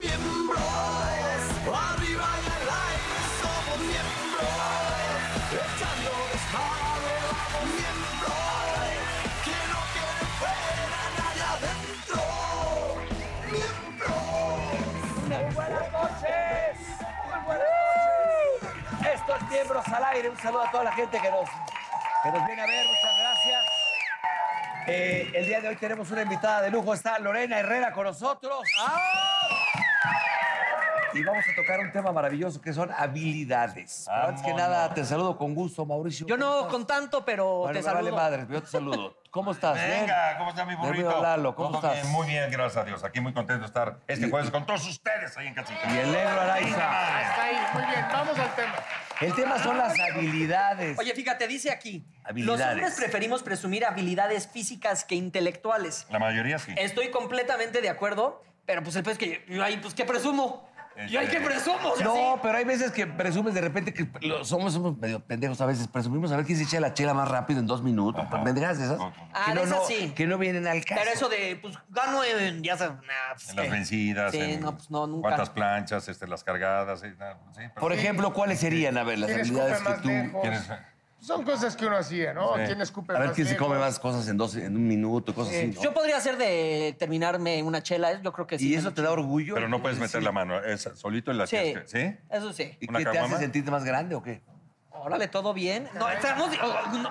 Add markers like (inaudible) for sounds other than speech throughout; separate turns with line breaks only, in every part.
miembros, arriba y al aire somos miembros, echando desmadre vamos miembros, que no quede fuera nadie adentro, miembros. Muy buenas noches, muy buenas noches. Esto es Miembros al Aire, un saludo a toda la gente que nos, que nos Pues viene a ver, muchas gracias. Eh, el día de hoy tenemos una invitada de lujo, está Lorena Herrera con nosotros. ¡Ah! Y vamos a tocar un tema maravilloso que son habilidades. Pero antes que nada, te saludo con gusto, Mauricio.
Yo
¿Cómo
no
estás?
con tanto, pero
Bueno,
te
me
saludo.
vale madres, yo te saludo. ¿Cómo estás?
Venga, ¿cómo está mi
Bienvenido,
burrito?
Lalo, ¿cómo
Todo
estás?
bien, muy bien, gracias a Dios. Aquí muy contento de estar este jueves con todos ustedes ahí en casita.
Y el negro Araiza.
Madre.
El tema son las habilidades.
Oye, fíjate, dice aquí,
Habilidades.
los hombres preferimos presumir habilidades físicas que intelectuales.
Ah,
La mayoría sí.
Estoy completamente de acuerdo, pero pues el peor es que yo, yo ahí, pues, ¿qué presumo? Yo ahí,
Este-
¿qué presumo? O sea,
no, pues,
sí.
pero hay veces que presumes de repente que lo- somos, somos medio pendejos a veces. Presumimos a ver quién se echa la chela más rápido en dos minutos. Pendejadas de esas.
Ojo.
Ah,
que
de
no,
esas
no-
sí.
Que no vienen al caso.
Pero eso de, pues, gano en, ya sabes, nah, pues,
En las
¿qué?
vencidas,
Sí,
en
no, pues, no, nunca.
cuántas planchas, este, las cargadas. eh, nada, sí, pero-
Por ejemplo, ¿cuáles serían, a ver, las
¿Quién
habilidades
escupe
que
más
tú...
lejos?
¿Quieres?
Son cosas que uno hacía, ¿no?
Sí.
¿Quién escupe
A ver
más
quién se come
lejos?
más cosas en, dos, en un minuto, cosas así. ¿no?
Yo podría ser de terminarme una chela, ¿eh? yo creo que sí.
y eso te da orgullo.
Pero no puedes meter la
mano.
mano, es solito en la
Sí,
tienes que- ¿Sí?
eso sí.
¿Y
¿Una
qué te hace
caguama?
sentirte más grande o qué?
Órale, todo bien. No, estamos. o-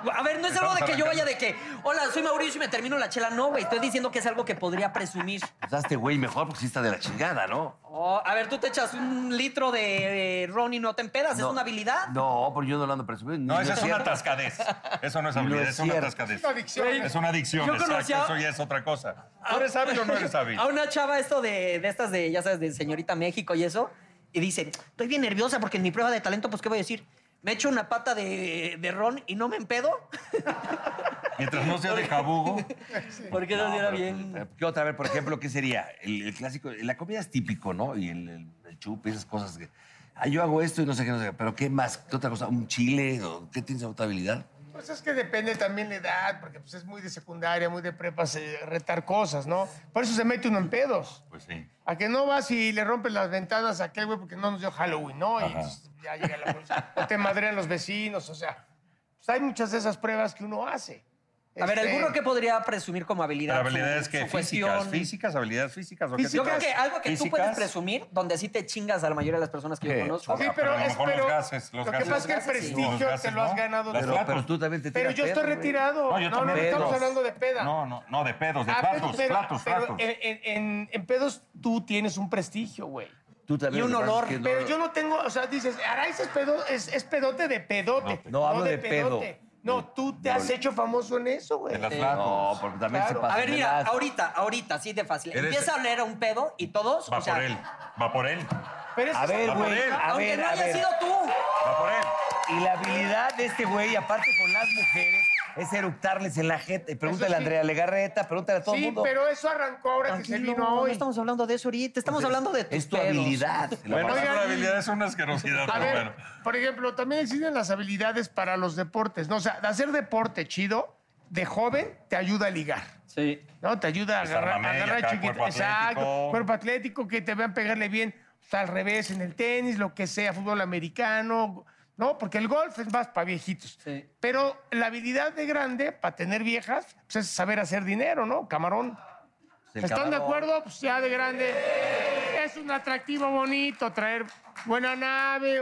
o- A ver, no es algo de que yo vaya de que, hola, soy Mauricio y me termino la chela. No, güey, estoy diciendo que es algo que podría presumir.
Pues hazte güey mejor porque sí está de la chingada, ¿no?
Oh, a ver, tú te echas un litro de eh, ron y no te empedas. ¿Es
No.
una habilidad?
No, porque yo no lo ando presumiendo.
No,
ni
esa es
lo
una
cierro.
atascadez. Eso no es
Ni lo
habilidad,
es
es una
cierto.
atascadez.
Es una adicción.
Es una adicción,
Yo
exacto.
conocí a-
Eso ya es otra cosa. ¿Tú eres hábil o no eres
(laughs)
hábil?
A una chava esto de, de estas de, ya sabes, de señorita México y eso. Y dice, estoy bien nerviosa porque en mi prueba de talento, pues, ¿qué voy a decir? Me echo una pata de, de ron y no me
(laughs)
empedo.
Mientras no sea de jabugo.
Porque eso sí era bien.
Eh, ¿Qué otra vez, por ejemplo, qué sería? El, el clásico, la comida es típico, ¿no? Y el, el, el chupe, esas cosas que. Ah, yo hago esto y no sé qué, no sé qué. Pero ¿qué más? ¿Qué otra cosa? ¿Un chile? ¿O ¿Qué tienes otra habilidad?
Pues es que depende también la edad, porque pues es muy de secundaria, muy de prepa, se- retar cosas, ¿no? Por eso se mete uno en pedos.
Pues sí.
A que no vas y le rompes las ventanas a aquel güey porque no nos dio Halloween, ¿no? Y
Ajá.
pues, ya llega la policía. O te madrean los vecinos, o sea. Pues hay muchas de esas pruebas que uno hace.
A ver,
Este,
¿alguno que podría presumir como habilidad?
Pero
Su-
habilidades
su
que físicas,
cuestión.
físicas, habilidades físicas. ¿o qué
Yo creo
tipo?
que algo que tú puedes
Físicas.
presumir, donde sí te chingas a la mayoría de las personas que yo
Sí.
conozco.
Sí,
Ah,
pero,
pero a lo
es,
mejor los
pero
gases, los
lo que
gases.
pasa es que el
Los gases, sí.
prestigio
Los
te
gases,
lo has
¿no?
ganado.
Las
de-
Pero,
platos.
pero tú también te
Pero
tiras
yo estoy
pedos, güey.
retirado.
No, yo
no, no,
también.
estamos
Pedos.
hablando de peda.
No, no, no, de pedos, de
Ah, pero-
platos,
pero-
platos,
pero eh,
platos.
En, en- en- en pedos tú tienes un prestigio, güey.
Tú también.
Y un
lo que pasa
olor,
es que no-
Pero yo no tengo, o sea, dices, Araiza es, pedo, es, es pedote de pedote.
No, hablo de pedo.
pedote. No, tú te has hecho famoso en eso, güey.
De las
Eh,
platos.
No, porque también
Claro.
se pasa.
A ver,
de
mira,
edad.
ahorita, ahorita, sí de fácil.
Eres-
Empieza a oler a un pedo y todos.
Va
o sea,
por él, va por él,
Pero eso
A
está
ver,
mal,
güey,
¿no?
a
Aunque
ver,
no
a
haya
ver.
sido tú.
va por él.
Y la habilidad de este güey, aparte con las mujeres, es eructarles en la gente. Pregúntale a
sí.
Andrea Legarreta, pregúntale a todo el
Sí,
mundo.
pero eso arrancó ahora que se
Tranquilo,
vino
no
hoy.
estamos hablando de eso ahorita. Estamos hablando de tus
Es tu
pedos.
habilidad.
Bueno,
La-
es
Oigan,
una
y-
habilidad, es una asquerosidad,
A
pero
ver,
bueno.
por ejemplo, también existen las habilidades para los deportes, ¿no? O sea, de hacer deporte chido, de joven, te ayuda a ligar.
Sí.
¿no? Te ayuda a agarrar,
Desarmame,
a agarrar
acá,
chiquito.
cuerpo
Exacto.
atlético.
Cuerpo atlético, que te vean pegarle bien o sea, al revés en el tenis, lo que sea, fútbol americano, ¿no? Porque el golf es más para viejitos.
Sí.
Pero la habilidad de grande para tener viejas pues, es saber hacer dinero, ¿no? Camarón.
El
¿Están de
caballo.
acuerdo? Pues ya de grande. Es un atractivo bonito, traer buena nave,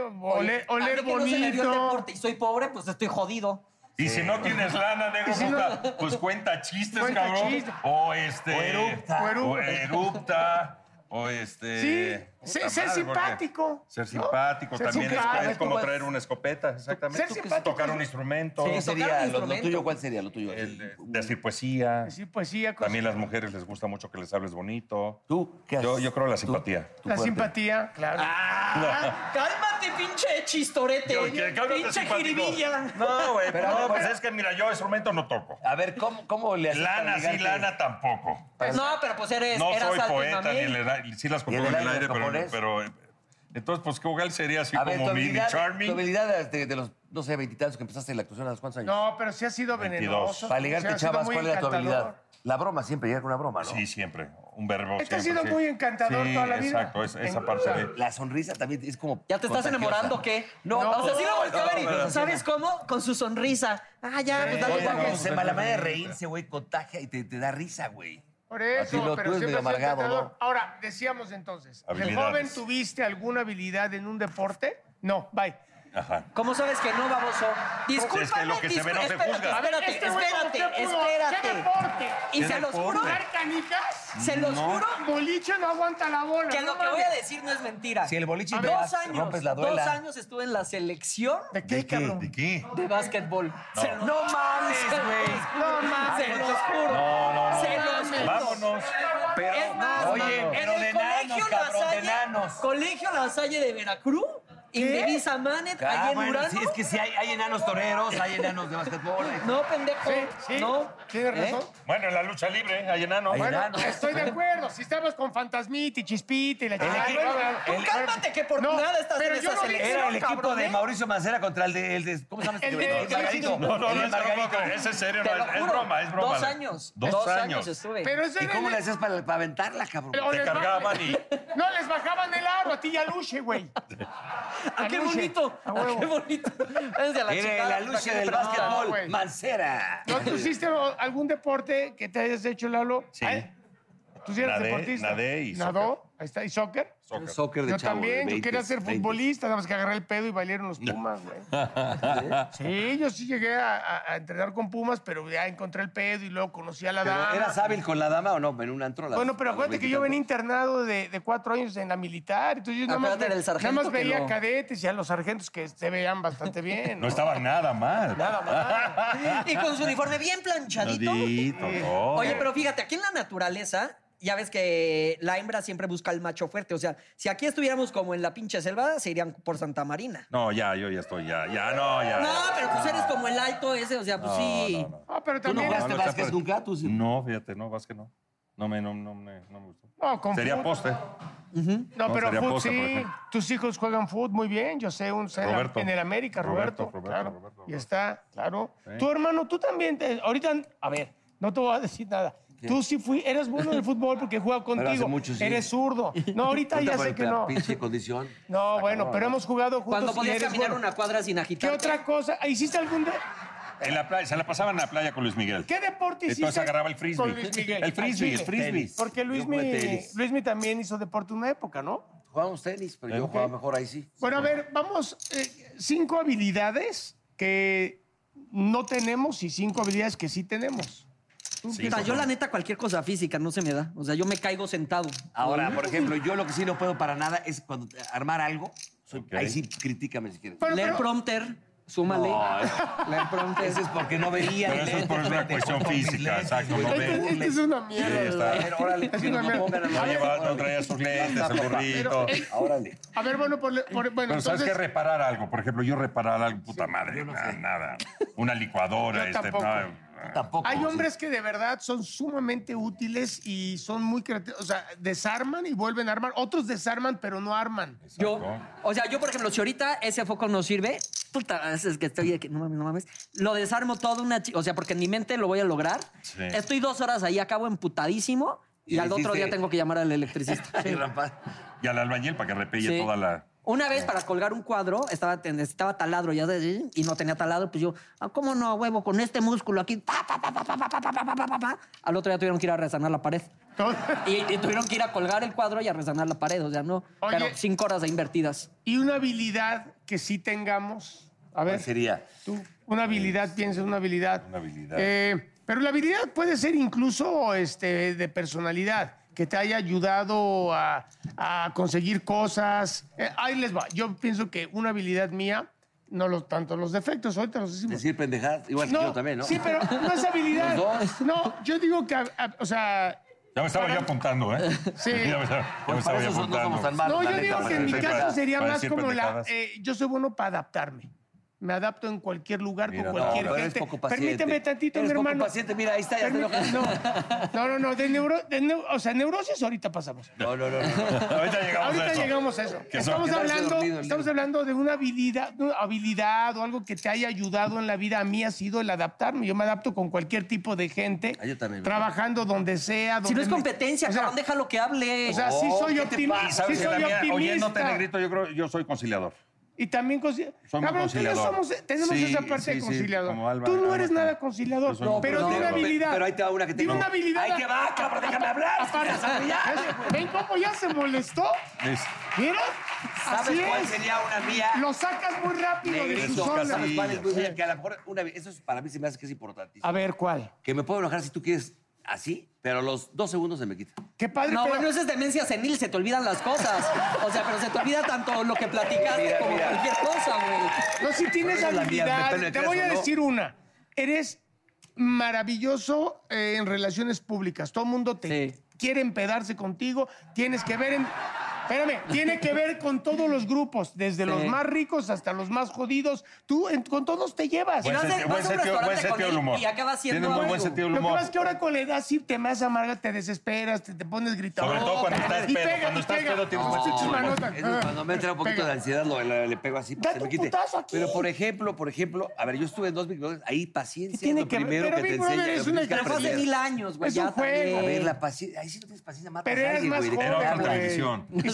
Oye,
oler,
a
oler
mí que no se me dio el
bonito.
deporte y soy pobre, pues estoy jodido.
Y si no tienes lana,
(laughs)
negro,
si no-
puta, pues cuenta chistes,
Cuenta
cabrón.
chistes.
O este.
O eructa.
O eructa.
O erupta. O este.
Sí,
puta
ser- ser
madre, porque
simpático,
Ser
¿no?
simpático
Ser
también es-
simpático.
es, como traer una escopeta, exactamente.
Ser simpático.
Tocar un instrumento,
¿Qué
Sí.
sería?
tocar un
Lo, lo
instrumento.
tuyo cuál sería? Lo tuyo.
el de- decir poesía.
Sí, pues sí, ya cosas-
También las mujeres les gusta mucho que les hables bonito.
¿Tú qué haces?
Yo, yo creo la
Tú.
simpatía.
tu
la
fuerte.
simpatía, claro.
Ah, Cálmate, pinche chistorete.
Yo- que- que háblate
pinche
simpático.
jiribilla.
No, güey,
Pero,
no,
pero-
pues es que mira, yo instrumento no toco.
A ver, ¿cómo, cómo le haces? para
Lana sí,
ligarte?
lana tampoco.
No, pero pues eres.
No
eras
soy
alto y
poeta,
mamey.
ni le da- sí las
Ni en
compongo
el
en el
aire
aire,
las
pero,
compones.
pero, eh, Entonces, pues, ¿qué vocal sería así
A ver, tu
como mi
habilidad,
Charming?
tu habilidad de, de los, no sé, veintitantos que empezaste en la actuación a los cuántos años.
No, pero sí ha sido
22.
venenoso.
Para
sí
ligarte
ha sido
chavas,
muy
¿cuál era tu
encantador.
habilidad? La broma, siempre llegar con una broma, ¿no?
Sí, siempre. Un verbo.
Este ha sido
siempre, sí.
muy encantador
Sí,
toda la vida.
Exacto, es- esa parte de.
La sonrisa también es como.
¿Ya te estás
contagiosa.
enamorando o qué?
No,
o sea, sí lo volteó a ver y,
no, no, no.
¿sabes cómo? Con su sonrisa. Ah, ya, pues dale,
Oye,
dale.
no, se ma- la manera de reírse, güey, contagia y te, te da risa, güey.
Por
A ti
eso,
no,
pero
tú eres
siempre
medio
ha sido
amargado,
encantador.
¿no?
Ahora, decíamos entonces, ¿de
Habilidades.
joven tuviste alguna habilidad en un deporte? No, bye.
Ajá.
¿Cómo sabes que no, baboso? Discúlpame,
Es que lo que se ve no se
discú- espérate,
juzga.
A ver,
Espérate,
este güey
espérate,
como que pudo.
espérate.
¿Qué deporte?
Y
¿Qué
se los
deporte?
juro,
¿Jugar canicas?
se los juro
Boliche no aguanta la bola.
que
no
lo que voy a
mames.
decir no es mentira.
Si el boliche te
dos
vas,
años,
rompes la duela.
Dos años estuve en la selección
¿De qué, cabrón?
¿De qué?
de básquetbol. Se los-
No mames,
se los
güey.
juro,
No mames.
Se los juro.
No, no, no.
Se los juro.
Vámonos.
Pero,
Es más,
oye,
en
pero
el
de enanos,
colegio
cabrón, de
Lasalle,
enanos.
Colegio Lasalle de Veracruz, Indivisa Manet,
Ah,
allá en
bueno,
Urano.
sí, es que sí, hay, hay enanos toreros, hay enanos de básquetbol. hay-
No, pendejo.
Sí, sí.
No.
Tienes
¿Eh?
razón.
Bueno, en la lucha libre, hay enano.
Hay
Bueno,
enano.
Estoy de acuerdo. Si estabas con Fantasmita y Chispita y la chingada,
equipo-
bla, bla,
Tú
bla.
cálmate que por
No,
nada estás
pero
en
yo
esa
no dije-
Era el
selección,
equipo
cabrón,
de
¿eh?
Mauricio Mancera contra el de. El de ¿Cómo se llama este
El
que
de-
vende? Margarito.
No, no,
El
no,
de
es broma,
Margarito.
güey, es en serio,
Te
no,
lo
es, es
juro,
broma, es broma.
Dos años.
Dos, años.
estuve.
Pero eso
¿Y
era
cómo
en
le
el-
hacías para, para aventarla, cabrón?
o les
cargaban
ba-
y-
No, les bajaban el aro a ti y a Luche, güey.
¡Ah, qué
Aluche,
bonito!
a
¡Ah,
huevo.
qué bonito! Váyanse a la
Era
chingada,
la
¿para qué
lucha
me
del
preguntan?
básquetbol,
güey.
Mancera.
¿No tú hiciste o- algún deporte que te hayas hecho, Lalo?
Sí.
¿Eh? ¿Tú sí eras
Nadé,
deportista?
nadé y
¿Nadó? Ahí está. ¿Y soccer?
Soccer.
Soccer de
Yo
chavo.
también,
de
yo quería
20s,
ser
20s.
futbolista, nada más que agarré el pedo y valieron los Pumas, güey.
Ah.
Sí, yo sí llegué a, a- a entrenar con Pumas, pero ya encontré el pedo y luego conocí a la
Pero,
dama.
¿Eras hábil con la dama o no? En un antro. la-
Bueno, pero
a los
acuérdate que yo
20
venía
y
internado de, de cuatro años en la militar, entonces yo nada más,
Acuérdate
ve-
del sargento
nada más
que
veía
lo-
cadetes y a los sargentos que se veían bastante bien. (laughs)
No estaba nada mal.
Y con su uniforme bien planchadito. Eh,
Nadito, no.
Oye, pero fíjate, aquí en la naturaleza, ya ves que la hembra siempre busca al macho fuerte. O sea, si aquí estuviéramos como en la pinche selva, se irían por Santa Marina.
(laughs) No, ya, yo ya estoy, ya, ya, no, ya.
No, pero pues
Ah.
eres como el alto ese, o sea, pues sí.
no, no.
Ah, pero
¿Tú no
también...
jugaste
No, no,
básquet
chapa-
nunca? ¿Tú sí?
No, fíjate, no, vas que no. No me, no, no, me- no me gustó.
No, con
Sería
fut-
poste.
No,
No,
pero
sería
fut
posta, por
sí.
ejemplo.
Tus hijos juegan fútbol muy bien. Yo sé, un en, la-
Roberto.
en el América, Roberto.
Roberto, Roberto,
claro.
Roberto,
Y
Roberto.
está, claro. Tu hermano, tú también. te- ahorita, a ver, no te voy a decir nada. Tú sí fui, eres bueno en el fútbol porque juega contigo.
mucho, sí.
Eres zurdo. No, ahorita
Puta,
ya
pero
sé que
la
no.
Pinche condición.
No, bueno, pero hemos jugado juntos.
Cuando
y
podías
eres
caminar
bueno.
una cuadra sin
¿Qué
agitar.
otra cosa? Ah, ¿Hiciste algún de...
En la playa, se la pasaban en la playa con Luis Miguel.
¿Qué deporte hiciste?
Entonces agarraba el frisbee.
con Luis Miguel?
El frisbee,
Al
el
Chile.
frisbee.
Tenis.
Porque
Yo
Luis
jugué (laughs) tenis.
Luismi también hizo deporte una época, ¿no?
Jugábamos tenis, pero yo
Ok.
jugaba mejor ahí sí.
Bueno, a ver, vamos, eh, cinco habilidades que no tenemos y cinco habilidades que sí tenemos. Tú
Puta,
empieza.
yo la neta cualquier cosa física no se me da. O sea, yo me caigo sentado.
Ahora, por ejemplo, yo lo que sí no puedo para nada es cuando te- armar algo. soy-
Ok.
Ahí sí, critícame si quieres.
Bueno,
Leer
pero-
prompter, súmale. Leer prompter.
Ese es porque no veía.
Pero eso es por una cuestión física, exacto, no
Este-
ve.
este es una mierda.
Sí, está.
Pero órale,
Es
que
una
no me
mierda.
pongan a
No,
la-
llevaba- no
Órale.
traía sus lentes, el burrito.
Órale.
A ver, bueno, por, por- bueno,
Pero sabes que
entonces,
reparar algo, por ejemplo, yo reparar algo, puta madre, nada, nada. Una licuadora,
Yo
este,
tampoco.
no,
Tampoco.
hay
sí.
hombres que de verdad son sumamente útiles y son muy creativos, o sea, desarman y vuelven a armar, otros desarman pero no arman.
Yo,
Exacto.
o sea, yo, por ejemplo, si ahorita ese foco no sirve, puta, es es que estoy aquí, no mames, no mames, lo desarmo todo una, chi- o sea, porque en mi mente lo voy a lograr.
Sí.
Estoy dos horas ahí, acabo emputadísimo y,
Y
al otro
dijiste-
(laughs)
día tengo que llamar al electricista.
Ay, rapaz.
Y al albañil para que repelle
Sí.
toda la.
Una vez para colgar un cuadro, estaba, necesitaba taladro, ya sabes, y no tenía taladro, pues yo, ah, ¿cómo no, huevo? Con este músculo aquí, pa, pa, pa, pa, pa, pa, pa, pa, pa, pa, pa, pa. Al otro día tuvieron que ir a resanar la pared. Y, y tuvieron que ir a colgar el cuadro y a resanar la pared, o sea, no.
Oye.
Pero cinco horas de invertidas.
Y una habilidad que sí tengamos. A ver,
¿Cuál sería?
tú, una habilidad, piensa en una habilidad.
Una habilidad.
Eh, pero la habilidad puede ser incluso este, de personalidad, que te haya ayudado a, a conseguir cosas. Eh, ahí les va. Yo pienso que una habilidad mía, no los, tanto los defectos, ahorita los decimos.
Decir pendejadas, igual que yo también, ¿no?
Sí, pero no es habilidad.
(laughs) Los dos.
No, yo digo que, a- a- o sea,
Ya me estaba yo apuntando, ¿eh?
(laughs)
Sí.
(laughs) Ya me estaba, ya me
Pues
estaba
para
yo
eso son- no
apuntando.
somos tan malos.
No,
la
yo
neta,
digo
para
que en mi
decir
caso
pendejadas.
sería
Para
más
decir
como la.
pendejadas.
eh, yo soy bueno para adaptarme. Me adapto en cualquier lugar,
Mira,
con cualquier
pero eres
gente.
poco paciente.
Permíteme tantito,
Eres
mi
poco
hermano.
paciente, mira, ahí está, ya te
Permí-
enojas.
no, no, no, no, de neuro, de neu- o sea, neurosis ahorita pasamos.
No, no, no. no.
(laughs) Ahorita llegamos a
Ahorita
eso.
llegamos a eso.
Que son-
Estamos
quedarse
hablando,
dormido,
estamos
Leo.
hablando de una habilidad, de una habilidad o algo que te haya ayudado en la vida. A mí ha sido el adaptarme. Yo me adapto con cualquier tipo de gente,
Ah, yo también.
trabajando donde sea.
Si no
donde
es
me-
competencia,
o sea,
cabrón, déjalo que hable.
O sea, sí
Oh,
No,
soy,
Oh, ¿qué te
optimi-
pasa?
Y sabes
sí
que
soy
la mía,
optimista.
oyéndote, negrito, yo creo yo soy conciliador.
Y también conci-
Soy muy
Cabrón, tú y yo
conciliador.
somos- tenemos
Sí,
esa parte
sí,
de
sí,
conciliador.
como Alba-
tú no
Alba
eres
también.
nada conciliador,
Yo soy muy
pero
No,
tiene una
pero-
habilidad.
pero ahí te va una que te-
Tiene una
No.
habilidad.
Ahí te va, cabrón, déjame hablar,
Aparte,
estás arrullando,
¿Ven cómo ya se molestó?
Es-
Mira, así
¿Sabes cuál
es.
sería una mía?
Lo sacas muy rápido de su
Eso,
zona.
¿sabes cuál es muy bien? pues, Que a lo mejor una- eso es- para mí se me hace que es importantísimo.
A ver, ¿cuál?
Que me puedo enojar si tú quieres así, pero a los dos segundos se me quita.
Qué padre,
No,
pero...
bueno, eso es demencia senil, se te olvidan las cosas. O sea, pero se te olvida tanto lo que platicaste
Mira,
como
mira.
cualquier cosa, güey.
No, si tienes
Por eso la mía,
habilidad.
depende de
Te
qué
voy a
caso, ¿no?
decir una. Eres maravilloso eh, en relaciones públicas. Todo el mundo te
Sí.
quiere empedarse contigo. Tienes que ver en. Espérame, tiene que ver con todos los grupos, desde los más ricos hasta los más jodidos. Tú en- con todos te llevas.
Buen
no,
sentido-
vas a
buen
un
sentido buen
restaurante con
sentido del
él
humor.
y acaba siendo
Tiene un muy
algo.
buen sentido del
Lo que
humor.
pasa es que ahora con la edad sí te más amarga, te desesperas, te, te pones gritando.
Sobre todo cuando estás pedo, cuando estás pedo tienes más
No,
Sus
bueno, es que cuando me entra un poquito de ansiedad, lo, lo- le pego así. para
Date
que se me
un
quite.
putazo aquí.
Pero por ejemplo, por ejemplo, a ver, yo estuve en dos Big Brothers, ahí
¿Qué
paciencia
tiene
es lo
que ver?
primero
Pero
que te
Big Brother
enseña.
es
lo
un
tienes que
Pero fue hace
aprender.
mil años, güey.
Es un
ya
juego.
A
también.
ver, la paciencia, ahí sí no tienes paciencia, matas
Pero
a
eres
alguien,
más
güey.
Era
joven,
otra
güey.
televisión.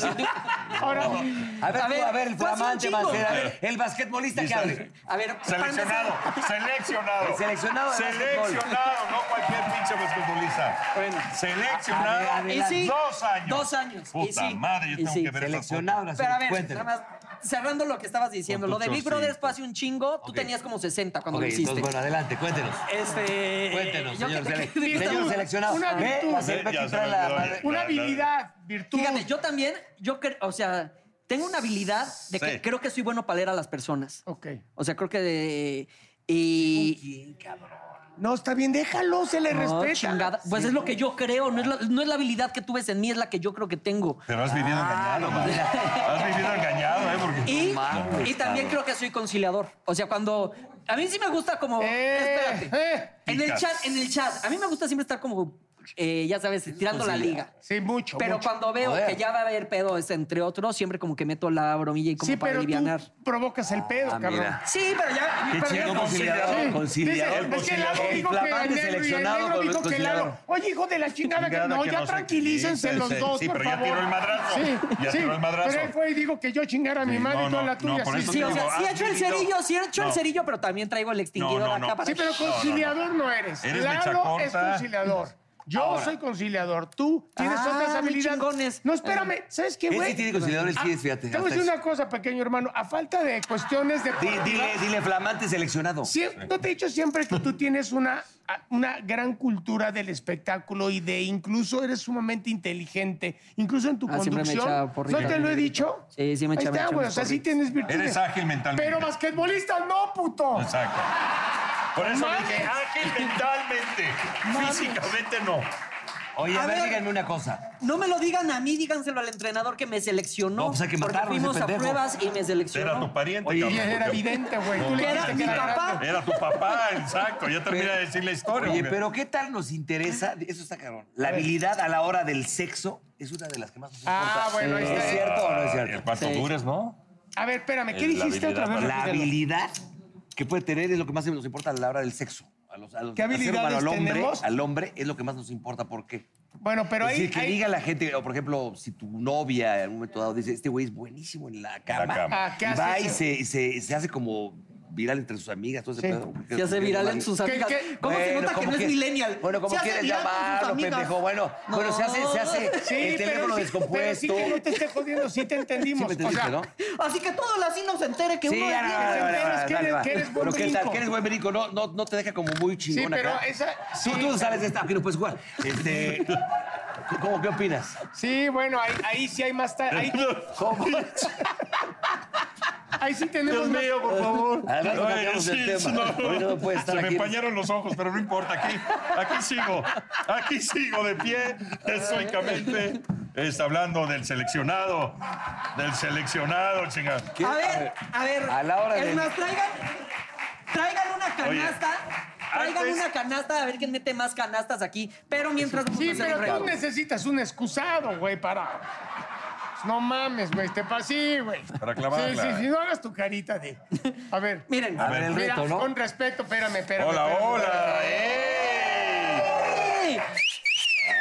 Ahora,
A ver,
A
a
ver,
ver, a ver el
fue hace un
flamante va a
chingo.
ser, a ver, el basquetbolista que abre.
A ver,
Seleccionado, seleccionado.
El seleccionado de
Seleccionado, no cualquier pinche basquetbolista.
Bueno.
Seleccionado.
A ver,
Y sí,
Ah, Dos años.
Dos años. y
Puta
sí,
madre, yo
y
tengo
sí.
que ver esas
Seleccionado, ahora sí,
Pero a ver,
cuénteme.
nada más, cerrando lo que estabas diciendo,
Con
lo
tu
de Big
chorcito.
Brothers fue hace un chingo, tú
Ok.
tenías como 60 cuando
Ok,
lo hiciste.
entonces, bueno, adelante, cuéntenos.
este.
Cuéntenos,
yo
señor,
que- (laughs)
sele-
que- que-
señor
una-
seleccionado.
una
Ve,
virtud.
va a ser
Ya se
Betty trae la
me olvidó.
madre.
una habilidad, virtud.
Fíjate, yo también, yo creo, o sea, tengo una habilidad de que
Sí.
creo que soy bueno para leer a las personas.
Ok.
O sea, creo que de- y
No, está bien, déjalo, se le
No,
respeta.
Ah, chingada. Pues es lo que yo creo, no es, la, no es la habilidad que tú ves en mí, es la que yo creo que tengo. Ah.
Pero has vivido engañado, man. Has vivido engañado, ¿eh? Porque...
Y,
mames,
y también creo que soy conciliador. O sea, cuando. A mí sí me gusta como.
Eh,
espérate.
eh.
En el
Picas.
chat, en el chat. A mí me gusta siempre estar como, eh, ya sabes, tirando la liga.
Sí, mucho.
Pero
mucho.
cuando veo
Joder.
que ya va a haber pedo, este, entre otros, siempre como que meto la bromilla y como
sí,
para
pero
alivianar.
tú provocas el pedo,
Ah,
cabrón.
mira.
Sí, pero ya.
Qué
pero ya-
chingón conciliador,
conciliador. Sí.
conciliador.
Dice, es que el Lalo
conciliador.
dijo que
Flamante
Anel y el
seleccionado
negro
con el
dijo que
conciliador.
Lalo. Oye, hijo de la chingada, que
Chingada
no,
que
ya
no se
tranquilícense
quita,
los
sí,
dos,
sí,
por
pero ya
favor.
tiró el madrazo,
Sí,
ya
sí,
tiró el madrazo.
Pero él fue y dijo que yo chingara a mi
Sí,
madre
no,
y toda
no,
la tuya.
no, por
sí,
eso
sí,
Sí, o
sí,
sea, sí he
has
hecho el
vivido.
cerillo, sí he hecho el
No.
cerillo, pero también traigo el extinguidor
No, no, no.
acá para...
Sí, pero
No, no, no.
conciliador no eres.
Eres
Lalo
mechacorta.
es conciliador. Yo
Ahora.
soy conciliador. Tú tienes
Ah,
otras
mis
habilidades.
chingones.
No, espérame. ¿Sabes qué,
Él
güey?
sí tiene conciliadores, sí, es,
Te
fíjate.
voy a
hasta
decir
eso.
una cosa, pequeño hermano. A falta de cuestiones de...
Di- Dile, dile, flamante seleccionado.
Siem- no te he dicho siempre que tú tienes una, a- una gran cultura del espectáculo y de incluso eres sumamente inteligente, incluso en tu
(laughs) Ah, siempre me
conducción.
echaba porrito.
¿No te lo he dicho?
Sí, sí me echaba- me
Ahí está,
echaba
güey, o
mis
sea, sí
porritos.
tienes virtudes.
Eres ágil
(laughs)
mentalmente.
Pero basquetbolista no, puto.
Exacto. Por eso
Mames.
dije "Ah, ágil mentalmente. Físicamente no.
Oye,
A
a ver,
ver.
díganme una cosa.
No me lo digan a mí, díganselo al entrenador que me seleccionó.
No, pues hay que
porque
matarlo, ese
fuimos a
pendejo.
pruebas y me
Era tu
seleccionó.
pariente,
Oye,
cabrón.
Era evidente, güey. Tú le
Era
dijiste
mi
era
papá.
grande.
Era tu papá, exacto. Ya termina de decir la historia.
Oye,
güey.
pero ¿qué tal nos interesa? Eso está cabrón. La habilidad a la hora del sexo es una de las que más nos importa.
Ah, bueno, ahí
¿Es
está.
cierto o no es
Ah,
cierto?
El cuanto
Sí.
dures, ¿no?
A ver, espérame, ¿qué
La
dijiste otra vez?
habilidad,
La
Repítelo.
habilidad que puede tener es lo que más nos importa a la hora del sexo. A los, a los-
¿Qué
al ser humano,
habilidades
al hombre,
tenemos?
al hombre es lo que más nos importa. ¿Por qué?
Bueno, pero
es
ahí.
decir, que
ahí-
diga la gente, o por ejemplo, si tu novia en un momento dado dice, este güey es buenísimo en la cama.
cama.
Ah, ¿qué
y
haces?
va y se, y se- y se hace como viral entre sus amigas, todo ese
Sí.
pedo.
Se hace viral en sus
¿Qué-
amigas.
qué?
¿Cómo se
Bueno,
nota que
como
no es
que-
millennial?
Bueno, como
Se hace
quieres
viral con sus
llamarlo,
amigas.
Ah, pendejo. Bueno,
No.
bueno, se hace, se hace el teléfono
sí- pero sí
descompuesto.
que no te estés jodiendo, sí te
Sí
entendimos.
me
o
entendiste,
sea,
¿no?
Así que todo el asino se entere que
Sí,
uno
ya,
es
no,
bien.
no, no,
que
no,
eres-
no, no, no,
que eres
no.
buen
Pero ¿qué tal?
brinco.
¿Qué eres buen brinco? No, no, no te deja como muy chingón
pero
acá.
esa- sí.
Tú, tú sales de esta, aquí no puedes jugar.
(laughs)
Este, ¿Cómo qué opinas?
Sí, bueno, ahí, ahí sí hay más. ta- Ahí,
¿Cómo?
ahí sí tenemos más.
por favor.
Además, no cambiamos el tema. Hoy no puede estar
se me
aquí.
empañaron los ojos, pero no importa. Aquí, aquí sigo. Aquí sigo de pie, estoicamente, está hablando del seleccionado. Del seleccionado, chingada.
A ver, a ver.
A la hora
es
de-
más, traigan, traigan una canasta. traigan
antes-
una canasta, a ver quién mete más canastas aquí. Pero mientras vamos a
Sí,
hacer un
pero tú
regalo.
necesitas un excusado, güey, para. No mames, güey, te pasé, sí, güey.
Para clavarla.
Sí, sí, sí, no hagas tu carita de. A ver.
Miren,
A ver, el
Mira,
reto, ¿no?
con respeto, espérame, espérame.
Hola,
espérame,
hola.
espérame.
¡Ey!
¡Ey!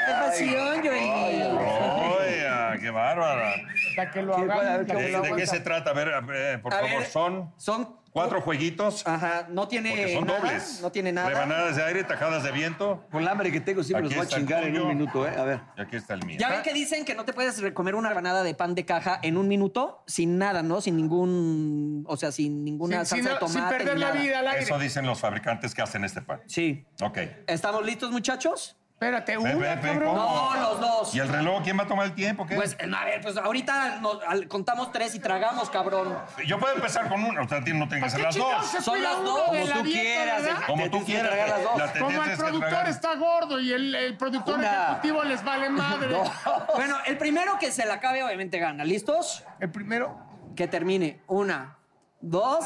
¡Qué pasión, Joel!
¡Oye, qué bárbara!
La que lo
Sí, puede
haga. la
haber que
que
¿De,
lo
de qué
aguanta.
se trata? A ver, a ver, eh, por
A
favor,
ver,
son
son-
cuatro jueguitos.
Ajá, no tiene
Porque son
nada,
dobles.
No tiene nada.
Rebanadas de aire, tajadas de viento.
Con el hambre que tengo siempre
Aquí
los voy a
está el
chingar en un
tuyo.
minuto, ¿eh? A ver.
Y aquí está el mío.
¿Ya ven que dicen que no te puedes comer una rebanada de pan de caja en un minuto? Sin nada, ¿no? Sin ningún... O sea, sin ninguna salsa
Sin, sin-
de tomate.
sin perder
ni
la
nada.
vida al aire.
Eso dicen los fabricantes que hacen este pan.
Sí.
Ok.
¿Estamos listos, muchachos?
Espérate, una,
ve, ve,
cabrón.
¿cómo?
No, los dos.
¿Y el reloj? ¿Quién va a tomar el tiempo? ¿Qué?
Pues, a ver, pues ahorita nos- al- contamos tres y tragamos, cabrón.
Yo puedo empezar con uno. O sea, no tengo que ser
¿Qué
las
chingados
dos.
se
Son
cuida
las
uno
dos.
de
Como
la
tú
dieta,
quieras,
eh.
verdad?
el-
Como tú
Tienes que tragar
quieras.
las dos.
La te
Como
tienes
el
que
productor
tragar.
está gordo y el, el productor
Una.
ejecutivo les
(laughs)
vale madre.
Bueno, el primero que se la acabe, obviamente, gana. ¿Listos?
El primero.
Que termine. Una, dos...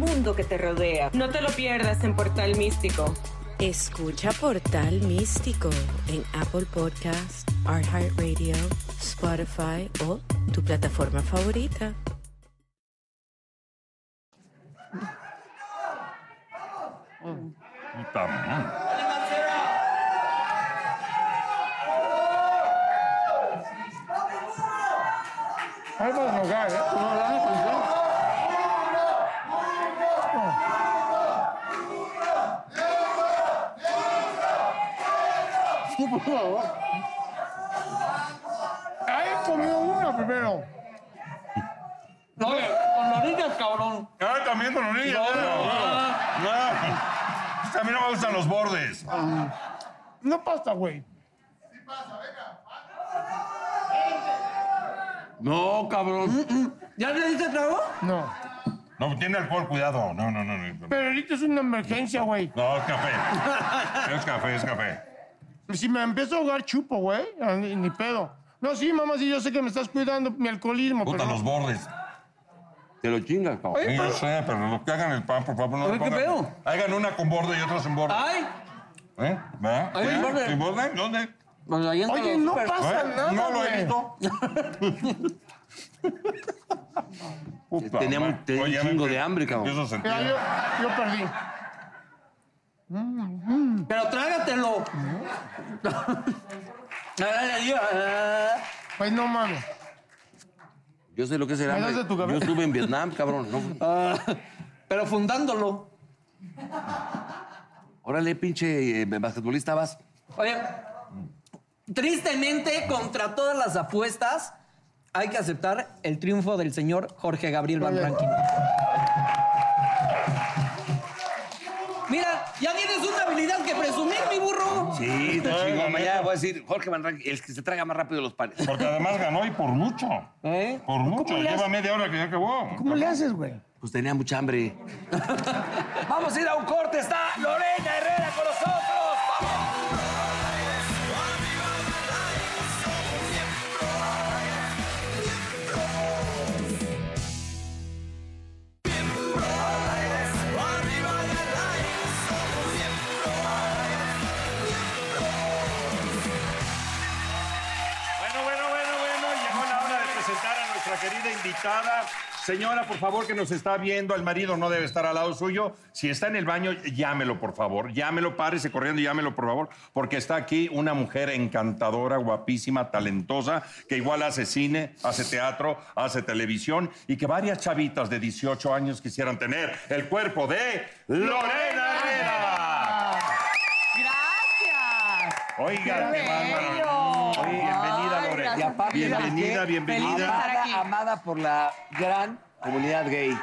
mundo que te rodea. No te lo pierdas en Portal Místico.
Escucha Portal Místico en Apple Podcast, iHeartRadio, Spotify o tu plataforma favorita.
Puta madre.
Ahí vas a jugar, ¿eh? No, dame atención. Sí, por favor. Ahí comió uno primero.
No, con orillas, cabrón.
Ah, también con orilla. No, no. A mí no me gustan los bordes.
No pasa, güey.
No, cabrón.
Mm, ¿Ya le diste trago?
No.
No, tiene alcohol, cuidado. No, no, no. No,
Pero ahorita es una emergencia, güey.
no es café. Es café, es café.
Si me empiezo a ahogar, chupo, güey. Ah, Ni, ni pedo. No, sí, mamá, sí, yo sé que me estás cuidando mi alcoholismo.
Puta,
pero no.
los bordes.
Te lo chingas, cabrón.
Sí, yo sé, pero los que hagan el pan, por favor, no
Oye,
le
¿qué
pongan-
pedo?
Hagan una con borde y otra sin borde.
¡Ay!
¿Eh? ¿Va?
Ahí
¿Ya?
hay borde.
¿Sin borde? ¿Dónde?
Pues ahí entra
Oye,
los
no
super-
pasa
¿Eh?
nada,
No lo he
güey.
visto. Puta
Tenía un-
madre.
tenía un
Oye, ya me
chingo de
empiezo-
hambre, cabrón.
empiezo a sentir-
Mira, yo, yo perdí.
Pero trágatelo.
Pues no mames.
Yo sé lo que es el
¿Me das
hambre.
de tu cabeza?
Yo estuve en Vietnam, cabrón. ¿no?
Ah, Pero fundándolo.
Órale, pinche eh, basquetbolista, vas.
Oye, tristemente, contra todas las apuestas, hay que aceptar el triunfo del señor Jorge Gabriel Van Rankin. Mira, ya tienes una habilidad que presumir, mi burro.
Sí, está
Ay, la
chingón.
neta.
Ya voy a decir, Jorge Van Rankin, el que se traga más rápido los panes.
Porque además ganó y por mucho.
¿Eh?
Por mucho. Lleva media hora que ya acabó.
¿Cómo le haces, güey?
Pues tenía mucha hambre.
Vamos a ir a un corte. Está Lorena Herrera con nosotros. ¡Vamos!
Bueno, bueno, bueno, bueno. Llegó la hora de presentar a nuestra querida invitada. Señora, por favor, que nos está viendo. El marido no debe estar al lado suyo. Si está en el baño, llámelo, por favor. Llámelo, párese corriendo, y llámelo, por favor. Porque está aquí una mujer encantadora, guapísima, talentosa, que igual hace cine, hace teatro, hace televisión y que varias chavitas de 18 años quisieran tener el cuerpo de Lorena Herrera.
Gracias.
Oiga, qué bárbara. Oye, bienvenida, Lorena.
Y aparte,
bienvenida, bienvenida.
estar aquí.
Amada, amada por la gran comunidad gay.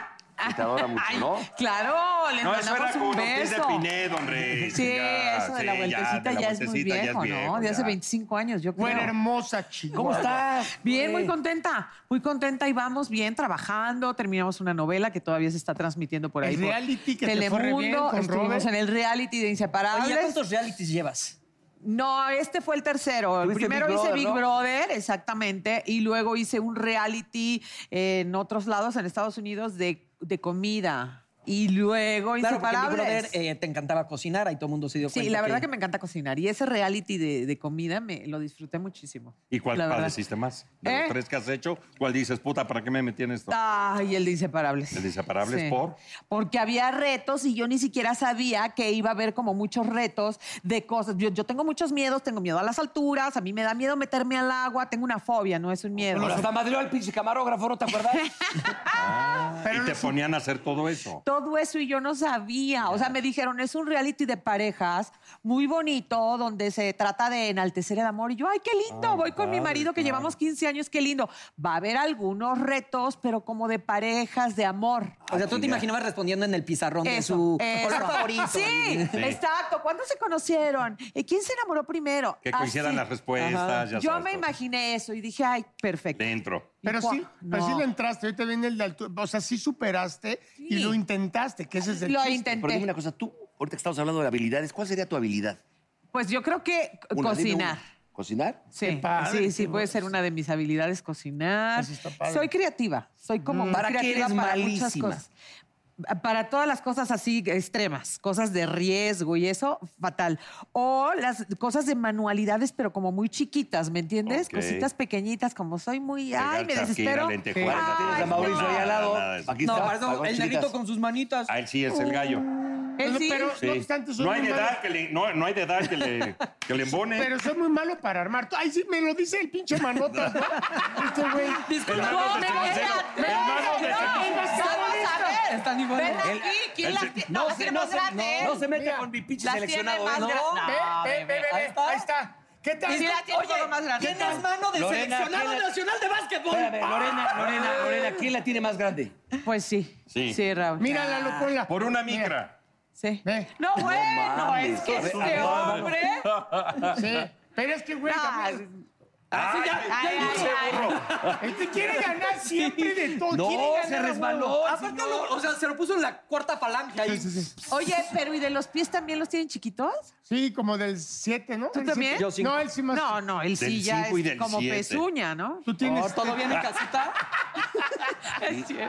Que te adora mucho,
Ay,
¿no?
Claro, les
No, eso era
mandamos
con
un
Ortiz de
beso.
Pinedo, hombre.
Sí, eso de la
sí,
vueltecita ya,
de la
es muy
vueltecita ya
viejo, ¿no? De hace
ya.
25 años, yo creo.
Buena, hermosa, Pues. chico.
¿Cómo estás?
Bien, muy
güey?
contenta, muy contenta y vamos bien trabajando. Terminamos una novela que todavía se está transmitiendo por
El
ahí. por
reality que te fue re bien
Telemundo,
con
estuvimos
Robert.
en el reality de
Oye, ¿ya
Inseparables.
cuántos realities llevas?
No, este fue el tercero. El
Tuviste
primero
Big
hice
Brother,
Big
¿no?
Brother, exactamente, y luego hice un reality en otros lados, en Estados Unidos, de, de comida. Y luego
Claro, porque mi
Inseparables.
brother eh, te encantaba cocinar, ahí todo el mundo se dio cuenta.
Sí, la verdad que... me encanta cocinar. Y ese reality de, de comida me lo disfruté muchísimo.
¿Y cuál
La verdad.
padeciste más? De los
¿Eh? Ah,
tres que has hecho, ¿cuál dices, puta, ¿para qué me metí en esto?
Ay, el de Inseparables.
El de Inseparables, ¿por?
Porque había retos y yo ni siquiera sabía que iba a haber como muchos retos de cosas. Yo, yo tengo muchos miedos, tengo miedo a las alturas, a mí me da miedo meterme al agua, tengo una fobia, no es un miedo.
Bueno, hasta madrió al pinche camarógrafo, ¿no te acuerdas?
y te ponían a hacer todo eso.
Todo eso y yo no sabía. O sea, me dijeron, es un reality de parejas muy bonito, donde se trata de enaltecer el amor. Y yo, ay, qué
Ah,
lindo, voy con mi marido que llevamos 15 años, qué lindo. Va a haber algunos retos, pero como de parejas, de amor.
O sea, tú te imaginabas respondiendo en el pizarrón de
Eso,
su
eso.
color favorito.
Sí, exacto. ¿Cuándo se conocieron? ¿Y ¿Quién se enamoró primero?
Que coincidan
Así.
las respuestas, ya
Yo
sabes,
me
todo.
imaginé eso y dije, ay, perfecto.
Dentro.
Pero
¿Y cua-
sí, pero sí
no.
le entraste, ahorita viene el de altura. O sea, sí superaste y
Sí.
lo intentaste, que ese es el
Lo
chiste.
intenté.
Pero dime una cosa, tú, (laughs) ahorita que estamos hablando de habilidades, ¿cuál sería tu habilidad?
Pues yo creo que
Una, dime
cocinar.
una. ¿Cocinar?
Qué
Sí,
padre,
sí, sí,
qué
puede ser
bueno.
una de mis habilidades cocinar.
Eso está padre.
Soy creativa, soy como muy
¿Para qué
creativa
eres
para muchas
malísima?
cosas. Ah, Para todas las cosas así extremas, cosas de riesgo y eso, fatal. O las cosas de manualidades, pero como muy chiquitas, ¿me entiendes?
Ok.
Cositas pequeñitas, como soy muy.
Pegar
Ay, me
chapquira,
desespero.
lentejuela,
Ay,
Tienes a Mauricio ahí al lado.
Nada de eso.
Aquí
No,
está. Ah,
para eso,
pagón,
el negrito
chiquitas.
con sus manitas.
A él sí es el gallo.
Uh. Él
Pero-
sí.
Pero
Sí.
no obstante, soy
No hay
muy
de
malo.
edad que le, no, no hay de edad que le, que le embone.
Pero soy muy malo para armar. Ay, sí, me lo dice el pinche manota. ¿no? este güey.
el
No,
manos de
ven,
cenicero.
ven,
El manos de
no,
cenicero.
vamos a ver.
Están igual.
Ven
El-
aquí, ¿quién
el-
las tiene? No, las
se-
tiene más
se-
grandes.
no se mete
Mira.
con mi pinche
Las tiene
seleccionado.
más
¿eh?
gra-
no,
no.
Ve, ve, ve, ve, ve.
Ahí
Ahí
está.
está. ¿Qué tal?
Sí, la tiene un poco más grande.
¿Quién es mano del
Lorena,
seleccionado
¿quién la-
nacional de básquetbol?
Espérame, Lorena, Lorena, Lorena, ¿quién la tiene más grande?
Pues sí.
Sí.
Sí, Raúl.
Mírala, locola.
Por una micra.
Sí.
Ve.
No, bueno,
mames,
es que
a ver,
este hombre.
Sí. Pero es que, güey,
Ah,
también,
Ah, sí, ya, ya
Ay,
ay,
hizo.
pinche
ay.
burro.
este quiere ganar siempre de todo.
No,
quiere ganar,
se
güey.
resbaló.
Aparte, lo- o sea, se lo puso en la cuarta falange ahí.
Oye, pero ¿y de los pies también los tienen chiquitos?
Sí, como del 7, ¿no?
¿Tú
El
también?
siete.
Yo
cinco.
No, él sí más.
No, no, él
Del
sí ya
cinco y
es
del
como
siete.
pezuña, ¿no?
Tú tienes.
Oh, ¿Todo bien en casita?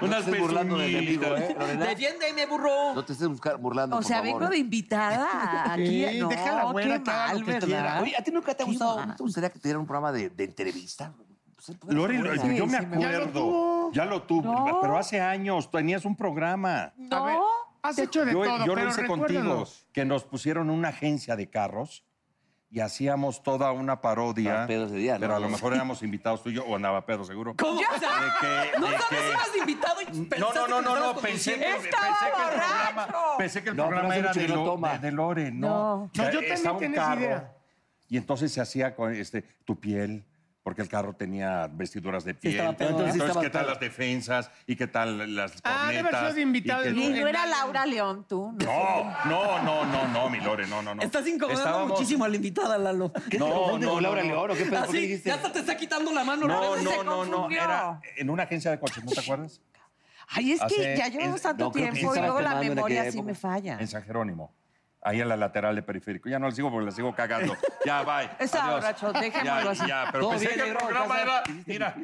Unas
Estoy burlando del enemigo, ¿eh?
pezuñitas.
Lorena,
Defiéndeme, burro.
no te estés buscar- burlando,
O sea,
por favor.
vengo de invitada aquí.
Sí,
no,
déjala, güera,
qué
que haga lo
mal,
que
¿verdad?
quiera.
Oye, ¿a ti nunca te ha
Qué
gustado?
mal.
¿No te gustaría que tuviera un programa de, de entrevista? Pues, pues,
Lorena,
buena.
yo me
sí, me-
acuerdo.
tuvo.
Ya lo tuvo,
No.
pero hace años tenías un programa.
No,
Has hecho de
yo,
todo,
yo
pero
lo hice contigo,
recuérdanos.
que nos pusieron una agencia de carros y hacíamos toda una parodia.
Andaba pedo ese día, ¿no?
Pero a lo mejor
(laughs)
éramos invitados tú y yo, o andaba pedo seguro.
¿Cómo? Ya sabes.
De que-
no
de
sabes
que-
si ibas invitado y
No,
pensaste
no, no,
que
no,
estabas
no,
con-
pensé que, pensé
¡Estaba
que el programa,
borracho!
pensé que el
No, pero
programa
hace
era
mucho
de,
que no
Lo-
toma.
de- de Lore, no.
No.
O sea,
No, yo
estaba
también
un
tenía esa
carro,
idea.
Y entonces se hacía con este, tu piel, porque el carro tenía vestiduras de piel.
estaba pedo,
entonces,
¿eh? Sí estaba
¿qué tal
pedo.
las defensas? ¿Y qué tal las
Ah, debe haber
cornetas?
sido de invitado
¿Y qué
el
tal?
Y no era Laura León, tú. No.
No, no, no, no, no, mi Lore, no, no, no.
Estás incomodando
Estábamos-
muchísimo a la invitada, Lalo.
¿Qué te
No,
confundes
no,
con Laura
no, no.
León o qué pedo? ¿Por qué
Así,
dijiste?
Ah, ya hasta te está quitando la mano.
No,
se
no, no, no,
confundió.
era en una agencia de coches, ¿no te acuerdas?
Ay, es que
Hace-
ya llevamos
es-
tanto
no, creo que
tiempo y
estaba
luego la
tomando en
memoria
aquella
sí
época.
me falla.
En San Jerónimo. Ahí en la lateral de periférico. Ya no la sigo porque la sigo cagando. Ya, bye.
Está
Adiós.
borracho, dejémoslo
Ya,
así.
ya, pero
Todo
pensé
bien,
que el
negro,
programa
ya
era. Mira,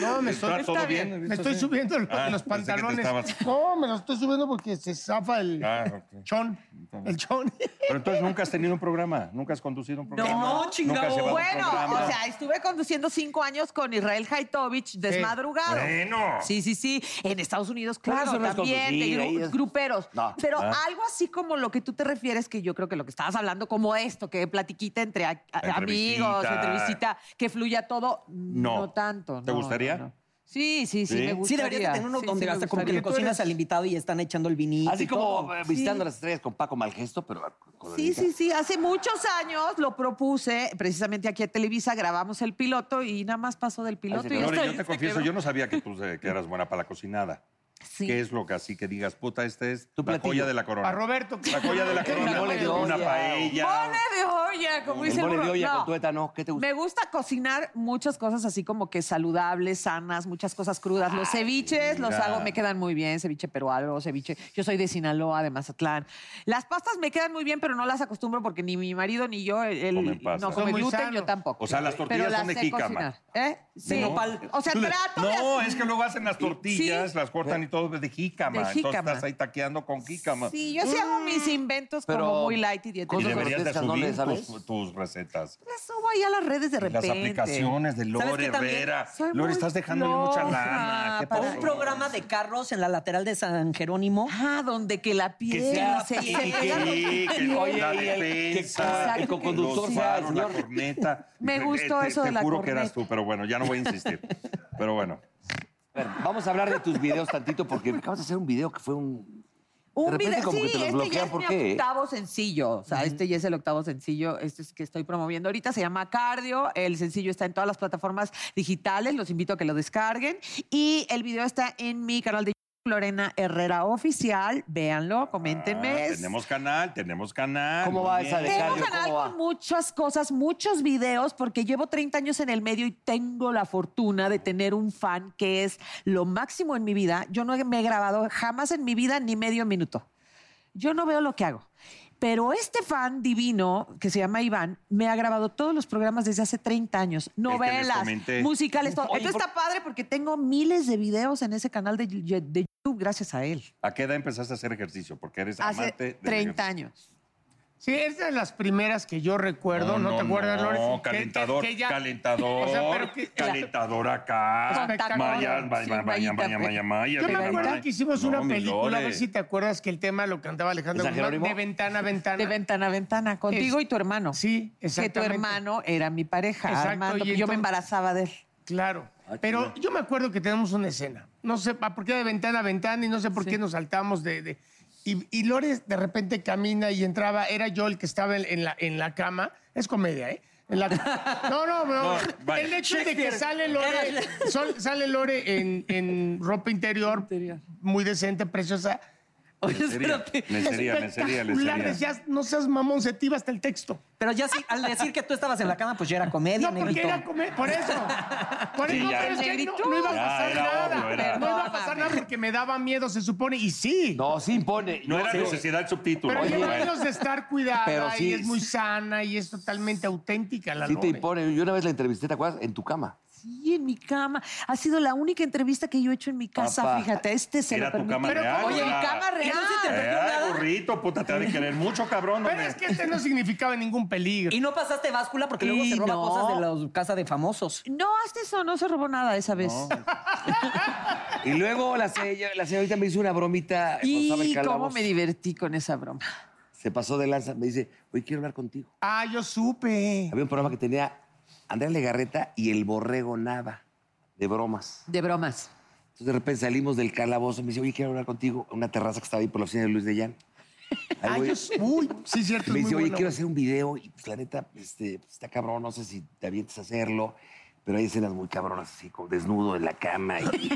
No, me
está
estoy,
todo
bien.
bien.
me estoy subiendo el-
Ah,
los
pensé que te
pantalones.
estabas-
No, me los estoy subiendo porque se zafa el
Ah, ok.
chon. El chon.
Pero entonces nunca has tenido un programa, nunca has conducido un programa.
no,
Nunca has
chingado.
llevado un
Bueno,
programa.
o sea, estuve conduciendo cinco años con Israel Haitovich desmadrugado.
Bueno.
Sí, sí, sí. En Estados Unidos,
Pero
claro,
eso no es
también.
conducir,
de
ahí
gru-
es-
Gruperos.
No.
Pero
Ah.
algo así como lo que tú te refieres, que yo creo que lo que estabas hablando, como esto, que platiquita entre a- a-
Entrevistita.
amigos, entrevista, que fluya todo. No,
No.
tanto.
¿Te
no,
gustaría?
no, no. Sí, sí, sí,
¿Sí?
me
Sí,
gustaría.
deberías de tener uno
Sí,
donde
sí, me
hasta como que
gustaría.
le cocinas al invitado y están echando el vinito.
Así
y
como
todo.
eh, visitando las estrellas con Paco Malgesto, pero con
Sí, sí, sí. Hace muchos años lo propuse, precisamente aquí a Televisa, grabamos el piloto y nada más pasó del piloto. y
señor.
hasta
Lore,
ahí
yo te
se
confieso,
quedó.
yo no sabía que tú eh, que eras buena para la cocinada.
Sí.
¿Qué es lo que así que digas, puta, esta es
Tu
la
platillo.
joya de la corona?
A Roberto.
La joya de la
¿Qué
corona.
mole de
Una
olla.
paella.
Mole de olla, como
El
dice el
mole de
burro.
olla
No.
con tuétano, ¿qué te gusta?
Me gusta cocinar muchas cosas así como que saludables, sanas, muchas cosas crudas. Los ceviches los
mira.
hago, me quedan muy bien, ceviche peruano, ceviche. Yo soy de Sinaloa, de Mazatlán. Las pastas me quedan muy bien, pero no las acostumbro porque ni mi marido ni yo él,
Comen pasta.
no
Son
come
muy
gluten,
sanos.
yo tampoco.
O sea, las tortillas
pero las
son de
sé
jícama.
cocinar. ¿Eh? Sí.
nopal.
O sea,
Tú de-
trato de
No,
hacer-
es que luego hacen las tortillas,
Sí.
las cortan y todo de jícama.
De
Entonces
jícama.
estás ahí taqueando con jícama. Mm.
Sí, yo sí hago mis inventos como
Pero-
muy light y
Y
Cosas
dietéticas.
deberías de
grotescas, ¿no
subir
le sabes?
tus, tus recetas.
Las subo ahí a las redes de
Y Las
repente.
aplicaciones de
¿Sabes
Lore
qué también?
Herrera.
Soy
Lore,
muy
estás dejando ir mucha
floja
lana. ¿Qué
para-
pasó?
Un programa de carros en la lateral de San Jerónimo.
Ah, donde que la piel
sea
se,
piel,
se
Sí,
pega con-
que
Oye,
la
y el- que-
defensa,
exacto, que-
los
sí.
faros, la
señor.
corneta.
Me
Te-
gustó
te-
eso de
Te
la
juro que eras
corneta.
tú, pero bueno, ya no voy a insistir. Pero bueno.
A ver, vamos a hablar de tus videos tantito porque acabas de hacer un video que fue un...
Un
De repente
video,
como que
sí,
te los
este ya
bloquean,
es
¿por
mi
qué?
octavo sencillo. O sea, este ya es el octavo sencillo, este es que estoy promoviendo ahorita. Se llama Cardio. El sencillo está en todas las plataformas digitales. Los invito a que lo descarguen. Y el video está en mi canal de YouTube, Lorena Herrera Oficial. Véanlo, coméntenme.
Ah, tenemos canal, tenemos canal.
¿Cómo
muy
va
bien.
esa de
Tengo
cardio?
canal
¿Cómo va?
con muchas cosas, muchos videos, porque llevo 30 años en el medio y tengo la fortuna de tener un fan que es lo máximo en mi vida. Yo no me he grabado jamás en mi vida ni medio minuto. Yo no veo lo que hago. Pero este fan divino, que se llama Iván, me ha grabado todos los programas desde hace 30 años. Novelas,
comenté.
musicales, todo.
Oye,
Entonces
por-
está padre porque tengo miles de videos en ese canal de, de YouTube gracias a él.
¿A qué edad empezaste a hacer ejercicio? Porque eres
Hace
amante del
30
ejercicio.
años.
Sí, es de las primeras que yo recuerdo. ¿No, te acuerdas, Lore?
Oh,
Que-
No,
que-
calentador,
que ya-
calentador, Ah,
O sea, pero que-
calentador acá.
Con tacón,
Maya, maya,
sin
maya,
rayita,
maya,
pues.
maya, maya.
Yo me
maya,
acuerdo
maya.
que hicimos
No,
una
mi
película, a ver
Lore.
si te acuerdas que el tema lo cantaba Alejandro
¿De San
Guzmán,
Jerónimo?
de ventana a ventana.
De ventana a ventana, contigo
Es-
y tu hermano.
Sí,
que tu
exactamente.
hermano era mi pareja,
Exacto,
Armando.
y
Yo me
entonces-
embarazaba de él.
Claro.
Ah,
Pero
chingada.
yo me acuerdo que tenemos una escena. No sé pa- por qué de ventana a ventana y no sé por qué nos saltamos de. de- Y, y Lores de repente camina y entraba. Era yo el que estaba en, en la, en la cama. Es comedia, ¿eh?
(laughs)
En la- No, no, no.
No, vaya.
el hecho de que sale Lore, sol- sale Lore en, en ropa interior, muy decente, preciosa.
Oye,
Lencería,
espérate.
lencería, lencería,
espectacular.
lencería.
Decías, no seas mamón, se te iba hasta el texto.
Pero ya sí, al decir que tú estabas en la cama, pues ya era comedia,
No, porque
negrito.
era comer, por eso.
(laughs)
Por
Sí,
eso,
ya.
pero es que no,
Negritud.
no iba a
Ya,
pasar
era
nada.
obvio, era.
No iba a pasar nada
Perdóname.
porque me daba miedo, se supone. Y sí.
No, sí impone.
No era
sí.
necesidad subtítulo.
pero
oye,
lleva
bueno.
años de estar cuidada
Pero
y
sí-
es muy sana y es totalmente auténtica la
Sí te
Lore.
impone. Yo una vez la entrevisté, ¿te acuerdas? En tu cama.
Sí, en mi cama. Ha sido la única entrevista que yo he hecho en mi casa,
Papá,
fíjate. Este se
era
lo
tu
permite.
cama
Pero
real.
¿cómo
Oye, mi
era-
cama real.
Ay, burrito, puta, te ha de querer mucho, cabrón.
Pero
hombre.
es que este no significaba ningún peligro.
Y no pasaste báscula porque luego
Y
se roba
no.
cosas de la casa de famosos.
No, hasta eso, no se robó nada esa vez.
Y luego la, se- la señorita me hizo una bromita. cuando estaba en
Y cómo
Calabos.
me divertí con esa broma.
Se pasó de lanza. Me dice, hoy quiero hablar contigo.
Ah, yo supe.
Había un programa que tenía Andrea Legarreta y el Borrego Nava, de bromas.
De bromas.
Entonces de repente salimos del calabozo. Me dice, oye, quiero hablar contigo. A una terraza que estaba ahí por la oficina de Luis de Llán.
(laughs)
Ahí
Ah,
voy.
yo su- Uy, sí, cierto.
me
es muy
dice, oye,
bueno.
quiero hacer un video. Y pues, la neta, este, pues, está cabrón, no sé si te avientes a hacerlo. Pero hay escenas muy cabronas, así, como desnudo en la cama. Y, (laughs) y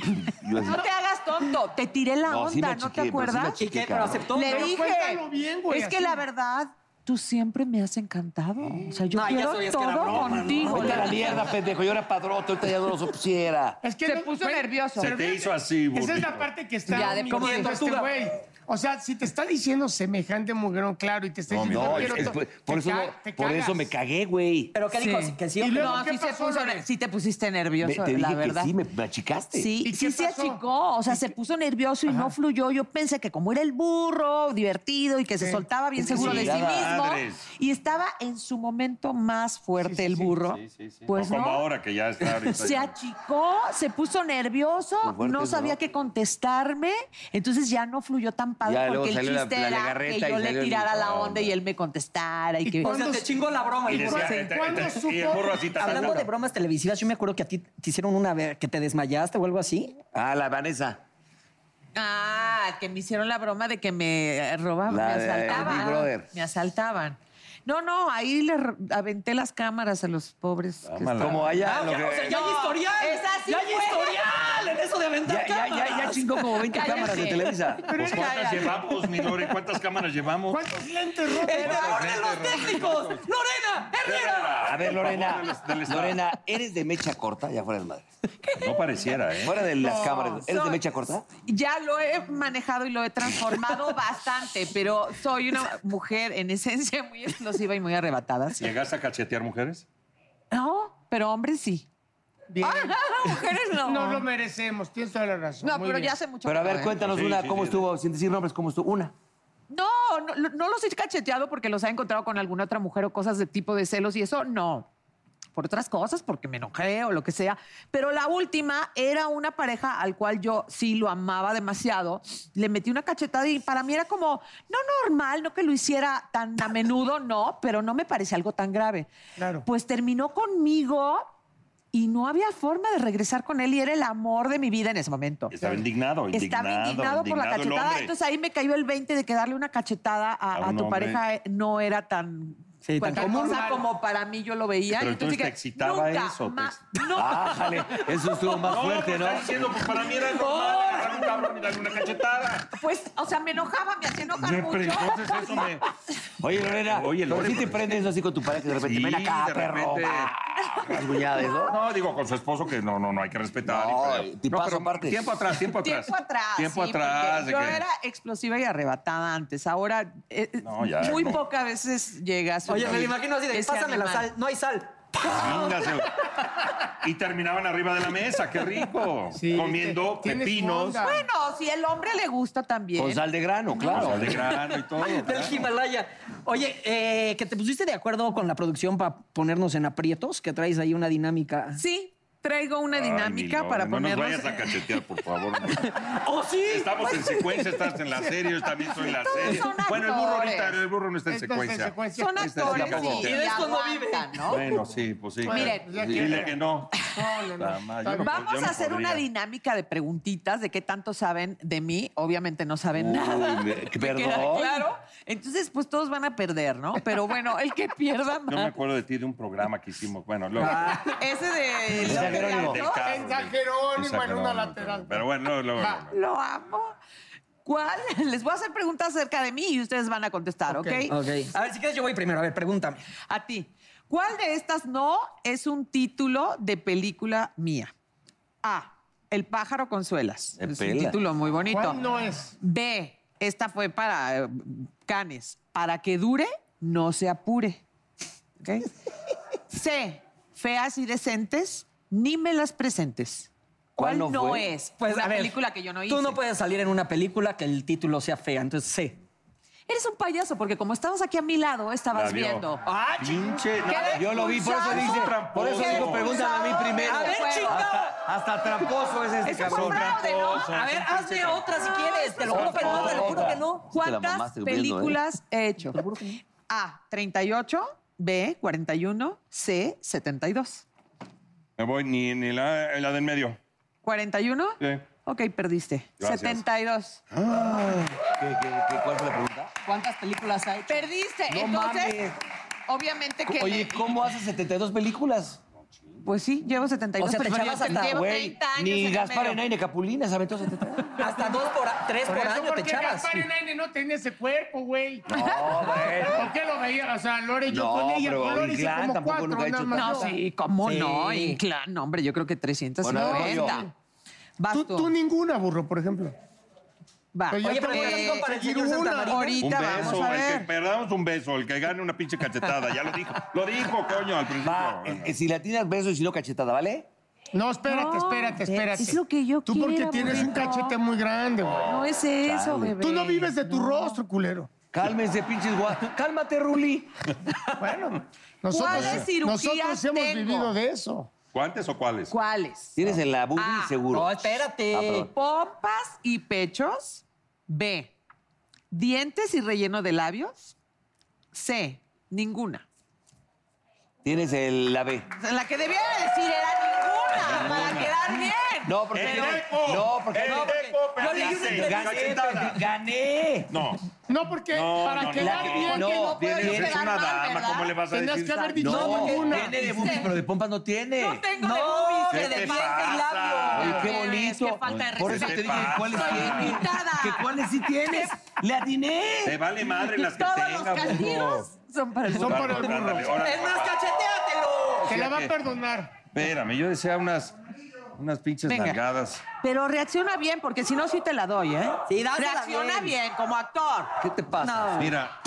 yo así,
(laughs) No te hagas tonto. Te tiré la
No,
onda,
sí me
¿no
achiqué, pero sí
te
me
acuerdas?
achiqué, ¿Y qué? ¿Pero cabrón. aceptó?
Le
Pero cuéntalo
dije.
bien, güey,
es que
así.
la verdad, tú siempre me has encantado. O sea, yo
No, ya
quiero
sabías que era
todo
broma, ¿no?
contigo.
Vete a la mierda, pendejo. Yo era padrote, ahorita ya no lo supusiera.
Es que
Se puso nervioso.
Se
pero
te
fíjate,
hizo así,
Esa es
burrito.
la parte que está
Ya, de
mintiendo
como de
este
tortuga.
güey. O sea, si te está diciendo semejante mugrón, claro, y te está
No,
diciendo...
no,
"Yo
es-
quiero
es-
to-",
pues,
por,
te
eso,
ca-
no-
te
por eso
cagas.
me cagué, güey.
¿Pero qué dijo? ¿Que sí o
Y
que
luego,
no?
No,
¿qué
sí, se
pasó,
puso,
Lore?
sí te pusiste
Me-
nervioso,
te dije
la verdad.
que sí, me, me achicaste.
Sí,
¿Y
sí
qué
se
pasó?
achicó, o sea, se puso nervioso y no fluyó. Yo pensé que como era el burro, divertido y que se
Sí.
soltaba bien
Es que
seguro
sí,
de sí
daba
mismo
madres.
y estaba en su momento más fuerte el burro, pues
No
no,
como ahora que ya está ahorita.
(laughs) se achicó, se puso nervioso,
Muy fuerte,
no sabía
¿no?
qué contestarme, entonces ya no fluyó tan padre
Ya,
porque
luego
el
salió la-
chiste
la
era
legarreta
que
y
yo
salió
le
el-
tirara la
Ah,
onda y él me contestara y
¿Y
que
O sea,
cuándo
te chingó la broma.
Y
el burro.
decía,
Sí.
"Esta-
¿Cuándo
esta-
supo?
y el burro así está
Hablando de bromas televisivas, yo me acuerdo que a ti te hicieron una vez que te desmayaste o algo así.
Ah, la Vanessa.
Ah, que me hicieron la broma de que me eh, robaban,
La
me
de
asaltaban.
Big Brother.
Me asaltaban. No, no, ahí le r- aventé las cámaras a los pobres. que
Tómala.
estaban.
Como haya.
Ah,
lo
ya,
que-
o sea, ya hay
No,
historial.
esa sí
ya hay
fue.
historial en eso de
ya,
aventar
ya, ya, ya
cámaras.
chingó como 20
Cállate.
cámaras de Televisa.
Pues, ¿Cuántas
Cállate.
llevamos, mi Lore? ¿Cuántas cámaras llevamos?
¿Cuántos lentes rotos?
El error de los técnicos. Lorena Herrera.
A ver, Lorena.
Por favor, del- del Estado.
Lorena, ¿eres de mecha corta? Ya fuera de madre.
No pareciera, ¿eh?
Fuera de las cámaras. ¿Eres de
soy-
mecha corta?
Ya lo he manejado y lo he transformado (laughs) bastante, pero soy una mujer en esencia muy explosiva y muy arrebatada. sí.
¿Llegaste a cachetear mujeres?
No, pero hombres sí.
Bien.
(laughs) (laughs) Mujeres no.
No lo merecemos, tienes toda la razón.
No,
Muy
pero
bien.
ya hace mucho.
Pero a
que no,
ver,
¿eh?
cuéntanos
Sí,
una.
sí,
¿Cómo
sí.
estuvo? Sin decir nombres, ¿cómo estuvo? Una.
No, no, no los he cacheteado porque los he encontrado con alguna otra mujer o cosas de tipo de celos y eso, no. Por otras cosas, porque me enojé o lo que sea. Pero la última era una pareja al cual yo sí lo amaba demasiado. Le metí una cachetada y para mí era como, no normal, no que lo hiciera tan a menudo, (laughs) no, pero no me parece algo tan grave.
Claro.
Pues terminó conmigo y no había forma de regresar con él y era el amor de mi vida en ese momento.
Estaba indignado, indignado.
Estaba indignado por la
indignado el
cachetada.
hombre.
Entonces ahí me cayó el 20 de que darle una cachetada a,
A
a
un
tu
hombre.
pareja eh, no era tan.
Sí, tan
cualquier
común.
cosa como para mí yo lo veía.
Pero
Y
entonces te
dije,
excitaba
nunca
eso,
más- No.
Ah, jale. Eso estuvo más
No,
fuerte,
pues,
¿no?
está diciendo, pues para mí era
Oh.
normal (laughs) agarrar un cabrón y darle una cachetada.
(laughs) Pues, o sea, me enojaba, me hacía enojar
No,
mucho.
pero entonces eso
(laughs)
me...
Oye, Lorena.
Oye,
Oye,
Lore,
Lorena. te
pues-
prendes así con tu pareja que de repente?
Sí,
Ven acá,
de
perro.
repente.
va. Rasguñada, ¿no?
No, digo, con su esposo que no, no, no hay que respetar.
No,
y-
y tipazo
pero
aparte.
Tiempo atrás, tiempo atrás.
Tiempo atrás.
Tiempo
Ah, sí,
atrás.
porque
de
Yo
que-
era explosiva y arrebatada antes. Ahora, eh,
No, ya,
muy
no.
pocas veces llegas.
Oye, me lo imagino así de, pásame la sal. No hay sal. (laughs)
Chingase. Y terminaban arriba de la mesa, qué rico.
Sí,
Comiendo
tienes
pepinos
onda.
Bueno, si el hombre le gusta también.
Con sal de grano, claro.
sal de grano y todo.
Del Himalaya. Oye, eh, que te pusiste de acuerdo con la producción para ponernos en aprietos, que traes ahí una dinámica.
Sí, traigo una
Ay,
dinámica
mi
para
Lore, No
ponernos.
nos vayas a cachetear, por favor.
¡Oh, sí!
Estamos en secuencia, estás en la serie, yo también estoy en la
Todos
serie.
son
Bueno, el burro ahorita,
actores.
el burro no está en
Esto es de
secuencia.
secuencia.
Son
Este,
actores
tampoco.
y, y
Y de esto no
aguantan, ¿no
Bueno, sí, pues sí. claro.
Miren.
Ya
dile
quiere.
que no.
No, no, no.
La madre,
Está
yo no
bien.
Vamos
no
a hacer
podría.
una dinámica de preguntitas de qué tanto saben de mí. Obviamente no saben nada.
me-
¿Me
perdón.
queda Claro. Entonces, pues todos van a perder, ¿no? Pero bueno, el que pierda
Yo me
más.
acuerdo de ti de un programa que hicimos. Bueno, luego.
Ah, Ese de.
Es
de-
Jerónimo.
de-
Del carro,
En
del-
San Jerónimo,
San
en una
Jerónimo,
lateral.
Pero bueno, luego, luego.
Va.
luego.
Lo amo. ¿Cuál? (laughs) Les voy a hacer preguntas acerca de mí y ustedes van a contestar, ¿ok?
Ok. A ver, si quieres, yo voy primero. A ver, pregúntame.
A ti. ¿Cuál de estas no es un título de película mía? A. El pájaro consuelas.
Me
es un
pela.
título muy bonito.
¿Cuál no es?
B. Esta fue para eh, Canes. Para que dure, no se apure. ¿Ok? C. Feas y decentes, ni me las presentes.
¿Cuál
¿Cuál,
no
no,
fue?
es? Pues la película que yo no hice.
Tú no puedes salir en una película que el título sea fea, entonces sí.
Eres un payaso, porque como estabas aquí a mi lado, estabas
La vio.
viendo.
¡Ah,
Pinche, no,
Qué
yo lo vi, por eso
expulsado.
dije, por eso
Qué
digo, pregúntame a mí
expulsado
primero.
de este juego.
Hasta, hasta tramposo es este
Eso fue
cabrón.
fraude, ¿no? A ver, hazme otra si quieres, te lo juro que no, te lo juro que no.
Te la
¿Cuántas
mamaste viendo, ¿eh?
películas he hecho? A, 38, B, 41, C, 72.
Me voy ni, ni la, la del medio.
¿41?
Sí.
Ok, perdiste.
Gracias.
72.
Ah.
¿Cuál fue la pregunta?
¿Cuántas películas hay? Perdiste.
No
Entonces,
mames.
obviamente que.
Oye, ¿cómo haces 72 películas?
Pues sí, llevo 72
O sea, te
películas.
echabas hasta-
llevo
Güey,
30 años.
Ni
en el
Gaspar
medio.
Enay ni Capulina se aventó 72.
Hasta dos por, a- tres por,
Por eso,
año te
¿por qué
echabas.
Gaspar Enaine no tenía ese cuerpo, güey?
No, bueno.
¿Por qué lo veía? O sea, Lore, yo
No,
con ella,
pero
con Lore hice
Inclán
como
tampoco
cuatro,
nunca ha
nada
hecho
más.
No,
tanto.
sí, cómo
Sí.
no, Inclán, no, hombre, yo creo que 350.
Bueno, yo.
Vas
Tú, tú ninguna, burro, por ejemplo. Ah,
Va.
Pero yo
Oye,
te
pero
voy a
eh,
decir para el señor
ninguna.
Santa Marina.
Un
Ahorita
beso,
vamos a
el que
ver.
perdamos un beso, el que gane una pinche cachetada, ya lo dijo. Lo dijo, coño, al principio.
Eh, Si la tienes beso y si no cachetada, ¿vale?
No, espérate,
No,
espérate, espérate.
es lo que yo
Tú porque
quiera,
tienes un
burrito.
cachete muy grande, güey.
No es eso, bebé.
Tú no vives de tu rostro, culero.
Cálmense, pinches guapos. Cálmate, Ruli.
Bueno, nosotros,
¿Cuáles cirugías
nosotros hemos
tengo?
vivido de eso.
¿Cuántes o cuáles?
¿Cuáles?
Tienes en la booty
Ah,
seguro.
No, espérate.
Ah, perdón.
Pompas y pechos. B. Dientes y relleno de labios. C. Ninguna.
Tienes el, la B.
La que debía de decir era ninguna para quedar bien.
No, porque
¡El
no.
eco!
No, porque
¡El
no.
eco, perdiste! ¡Cachetada!
Gané.
No.
No, porque
No,
para
no,
quedar
no,
bien,
no,
que no
Tienes-
puedes
eres
quedar
una
mal,
dama,
¿verdad?
¿cómo le vas a
tenías
decir?
que haber dicho
No,
ninguna.
tiene de boobies, pero de pompas no tiene.
No tengo
No,
de boobies,
¿qué
que
te
de dientes
pasa?
y
Oye,
labios.
qué
Es que
bonito.
falta de
Por eso
respeto.
te dije
pasa?
cuáles
Soy
tienes.
invitada.
Que cuáles sí tienes. Le atiné.
Te vale madre las que
Todos
tenga,
los castigos son para el
Son
burro.
para el burro.
Es más, cacheteatelo.
Te la va
que-
a perdonar.
Espérame, yo desea unas, unas pinches
Venga.
nalgadas.
Pero reacciona bien, porque si no, sí te la doy, ¿eh?
Sí, dásela
Reacciona
bien.
bien, como actor.
¿Qué te pasa?
Mira,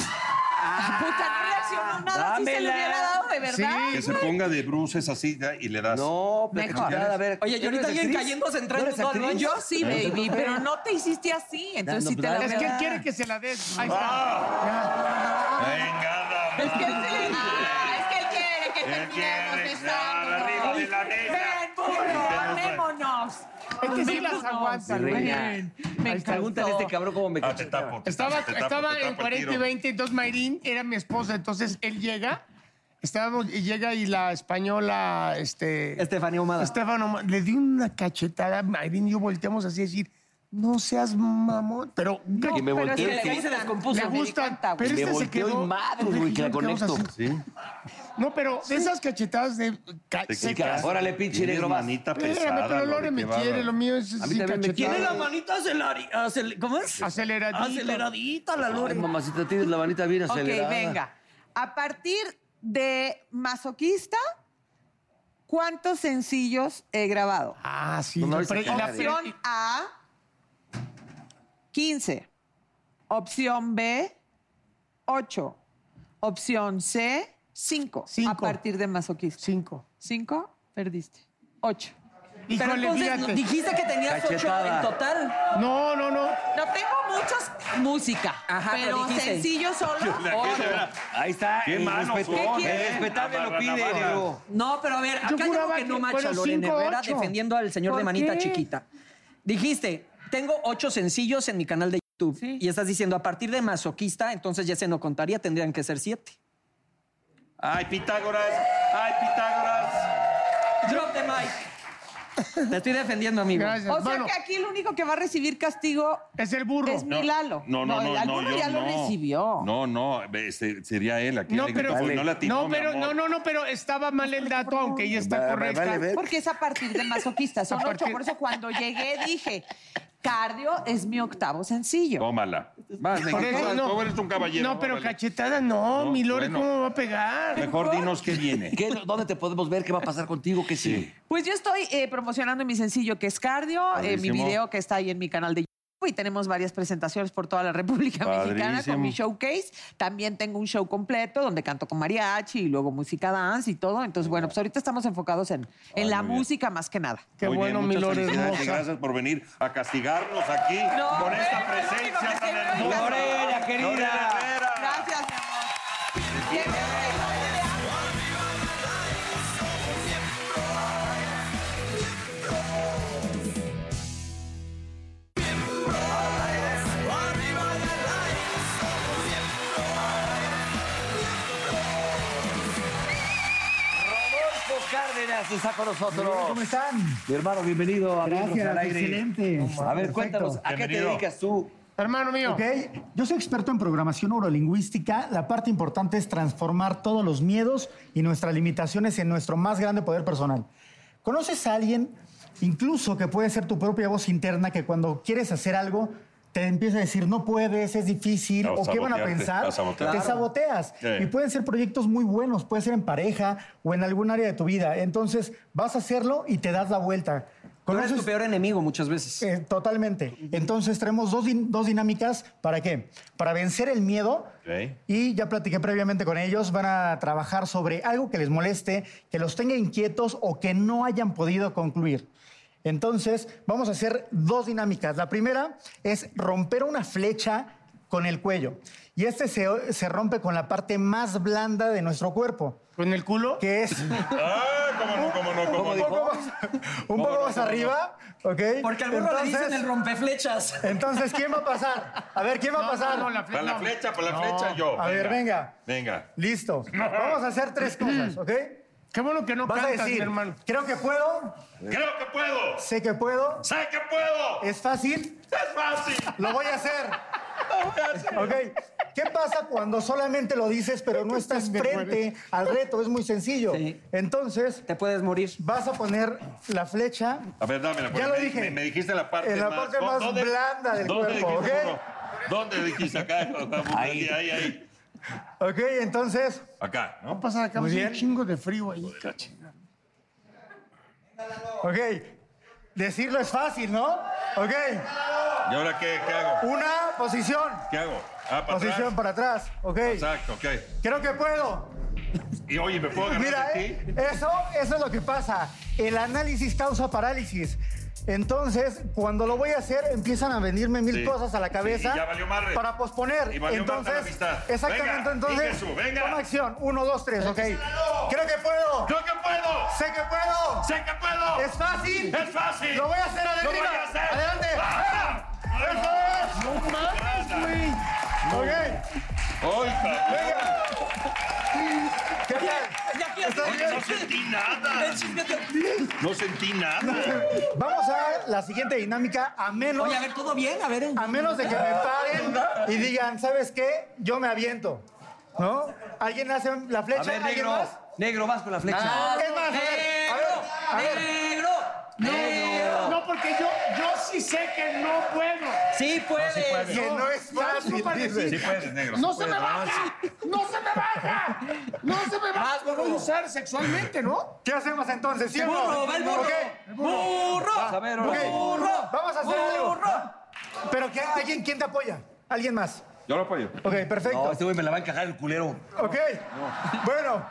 Puta, no reaccionó nada, sí se le
dámela.
hubiera dado de verdad.
que se ponga de bruces así ya, y le das.
No, pero
Mejor.
cachetada, a ver.
Oye, y ahorita
¿No eres
alguien
actriz?
cayéndose en
¿No
tren,
eres
no,
actriz? Ah, eh.
no,
Yo sí, baby, pero no te hiciste así, entonces
No,
sí
no,
te la
Es que él
hubiera-
quiere que se la des. Ahí está.
Venga,
Es que él
dama.
sí- Ah, es que él quiere que
Él
terminemos
quiere estar
besándonos.
arriba de la mesa.
Ven, burro, amémonos.
Ya. Es que sí las aguanta,
Mi
güey.
reina.
Me
está.
encantó.
Pregúntale a este cabrón cómo me
Ah, te
cacheteaba.
tapo. te
Estaba,
tapo, te tapo,
estaba
te
en
tapo el
40 y
tiro.
20, entonces Mayrín era mi esposa, entonces él llega, estábamos, y llega y la española, este...
Estefanía Humada.
Estefano, Ma- le di una cachetada, Mayrín y yo volteamos así a decir, no seas mamón, Oh, pero...
Que me
Pero es que
volteé.
le
Ahí se
gusta.
descompuso.
me
me di
gusta,
cuenta, güey.
pero
Me
este se
volteo y
quedó...
madres,
Jorge
güey,
y
que la
yo nos quedamos
conecto.
así. No, pero de esas cachetadas de... ca-
Te
secas.
quitas.
Órale, pinche
Tienes
negro, vas.
manita
Espérame,
pesada.
pero Lore
Lore,
me
qué bárbaro.
quiere, lo mío es
A mí
así
también me quiere.
Tiene la
cachetada.
manita aceleradita. ¿Cómo es?
Aceleradita.
Aceleradita la
Ay,
Lore.
mamacita, tienes la manita bien
Ok,
acelerada.
venga. A partir de masoquista, ¿cuántos sencillos he grabado?
Ah, sí.
No, no,
la
esa
pre-
cara
la
de-
pre-
Opción A, 15. Opción B, 8. Opción C, 5. A
Cinco.
partir de masoquista.
Cinco.
5, perdiste. 8.
Pero
Híjole,
entonces
fíjate.
dijiste que tenías ocho
Cachetada.
en total.
No, no, no.
No tengo muchos música,
Ajá,
pero
pero dijiste.
sencillo solo.
La que te da.
Ahí está.
Qué
el
manos
respeto-
son,
el
¿eh?
respetable lo
Amarra
pide,
navajas.
negro.
No, pero a ver, acá hay algo
juraba
que no
que
macho
fueron
Lorena
cinco,
Herrera
ocho.
defendiendo al señor
¿Por
de manita
qué?
chiquita. Dijiste, tengo ocho sencillos en mi canal de YouTube.
Sí.
Y estás diciendo, a partir de masoquista, entonces ya se no contaría, tendrían que ser siete.
Ay, Pitágoras. Ay, Pitágoras.
Drop the mic. Te estoy defendiendo, amigo.
Gracias.
O sea
Bueno,
que aquí el único que va a recibir castigo
es el burro.
es mi Lalo.
No, no, no, no,
Alguno
yo
ya lo
no.
recibió.
No, no, este, sería él aquí.
No,
el
pero,
grito, no la atinó,
no,
mi
pero,
amor.
no, no, no, pero estaba mal el dato, aunque ella está
Va- va-
correcta.
vale, ver.
Porque es a partir de masoquista, son
A
ocho.
partir-
Por eso cuando llegué dije, cardio es mi octavo sencillo.
Tómala. Vas,
Por
negrito,
eso,
vas,
no.
tú eres un caballero.
No, pero
órale.
cachetada no,
No,
mi Lore,
bueno.
¿cómo va a pegar?
Mejor dinos qué viene.
¿Qué- ¿Dónde te podemos ver? ¿Qué va a pasar contigo? ¿Qué sí?
Pues yo estoy eh, promocionando mi sencillo que es cardio, eh, mi
Padrísimo.
video que está ahí en mi canal de YouTube. Y tenemos varias presentaciones por toda la República Mexicana con
Padrísimo.
mi showcase. También tengo un show completo donde canto con mariachi y luego música dance y todo. Entonces, bueno, pues ahorita estamos enfocados en, en
Ay,
la
muy bien.
música más que nada.
Qué
Muy bien,
bueno, mi
muchas
Lore
felicidades y
hermosa.
gracias por venir a castigarnos aquí
No,
con esta
pero es lo único
presencia tan
que se ve hoy,
hermosa.
Lore,
Lorena,
querida.
Gracias, mi amor.
Rodolfo Cárdenas está con nosotros.
¿Cómo están? Mi hermano, bienvenido a
Gracias,
Miembros al Aire.
excelente.
No,
A ver,
perfecto.
cuéntanos, ¿a qué te Bienvenido. dedicas
tú?
Hermano mío.
Ok, yo soy experto en programación neurolingüística. La parte importante es transformar todos los miedos y nuestras limitaciones en nuestro más grande poder personal. ¿Conoces a alguien, incluso que puede ser tu propia voz interna, que cuando quieres hacer algo te empieza a decir no puedes, es difícil,
A
o qué van a
sabotearte,
pensar?
a sabotearte.
Te
Claro.
saboteas.
Sí.
Y pueden ser proyectos muy buenos, puede ser en pareja o en algún área de tu vida. Entonces vas a hacerlo y te das la vuelta.
eres tu peor enemigo muchas veces.
Eh, totalmente. Entonces tenemos dos, din- dos dinámicas. ¿Para qué? Para vencer el miedo. Y ya platiqué previamente con ellos. Van a trabajar sobre algo que les moleste, que los tenga inquietos o que no hayan podido concluir. Entonces vamos a hacer dos dinámicas. La primera es romper una flecha con el cuello. Y este se, se rompe con la parte más blanda de nuestro cuerpo.
¿Con el culo?
Que es...
(laughs) Ah, cómo no, cómo no, cómo no.
Un
¿Cómo
poco
no,
más
cómo no?
arriba, ¿ok?
Porque al burro le dicen
Entonces-
el rompeflechas.
Entonces, ¿quién va a pasar? A ver, ¿quién va a pasar?
Para la flecha, para la flecha yo.
A ver, venga.
Venga.
Listo. Vamos a hacer
(clears throat)
tres cosas, ¿ok?
Qué bueno que no
Vas
cantas,
a decir,
mi hermano.
Creo que puedo.
Creo que puedo.
Sé que puedo.
Sé que puedo.
Es fácil.
Es fácil.
Lo voy a
(laughs)
hacer. Ok. ¿Qué pasa cuando solamente lo dices, pero
(laughs)
no estás frente al reto? Es muy sencillo. Entonces.
Te puedes morir.
Vas a poner la flecha
A ver, dámela. porque
Ya lo
me-
dije.
Me, me dijiste la parte
En la parte
¿dó-
más blanda del
dónde
cuerpo,
dijiste,
¿ok?
burro? ¿Dónde dijiste acá? Ahí, ahí, ahí.
Ok, entonces.
Acá, ¿no?
Va a pasar acá
Muy
hace un
bien.
chingo de frío ahí.
Ok. Decirlo es fácil, ¿no? Ok.
¿Y ahora qué, qué hago?
Una posición.
¿Qué hago? Ah, para
Posición
atrás.
para atrás. Ok.
Exacto, ok.
Creo que puedo.
Y oye, ¿me puedo agarrar
Mira,
de
eh,
ti?
eso, eso es lo que pasa. El análisis causa parálisis. Entonces, cuando lo voy a hacer, empiezan a venirme mil
Sí.
cosas a la
Sí,
cabeza
y ya valió madre.
para posponer.
Y valió madre
entonces,
la amistad.
exactamente,
Venga,
entonces,
Ingesu, venga.
toma acción. Uno, dos, tres, ok. Creo que puedo.
¡Yo que puedo!
Sé que puedo.
¡Sé que puedo!
Es fácil.
¡Es fácil!
Lo voy a hacer
¡Lo voy
adelante.
a hacer!
Adelante.
¡Ah!
Eso es. No
mames,
güey. Ok.
¡Ay, cabrón!
Venga. ¿Qué tal? ¿Estás
Oye,
bien?
No sentí nada. No sentí nada.
Vamos a la siguiente dinámica a menos.
Oye, a ver, ¿todo bien? A ver. eh.
A menos de que me paren y digan, ¿sabes qué? Yo me aviento. ¿No? ¿Alguien hace la
A
flecha?
ver,
¿Alguien
negro.
más?
Negro, vas con la flecha.
Es más, a ver, a ver, a ver.
Negro. Negro.
No, porque yo, yo sí sé que no puedo.
Sí puedes.
Que no es fácil,
Sí
dice.
puedes, negro.
No
sí
se me
puedes.
baja, no se me baja, no se me baja.
Vas,
Lo
burro.
voy a usar sexualmente, ¿no?
¿Qué hacemos entonces? ¿Sí o no?
Burro, va el burro.
Ok,
Burro. Vas a ver,
ok.
ahora. Burro.
Vamos a hacer algo.
Burro.
Pero que alguien, ¿quién te apoya? ¿Alguien más?
Yo lo apoyo.
Ok, perfecto.
No, este güey me la va a encajar el culero.
Ok. Bueno,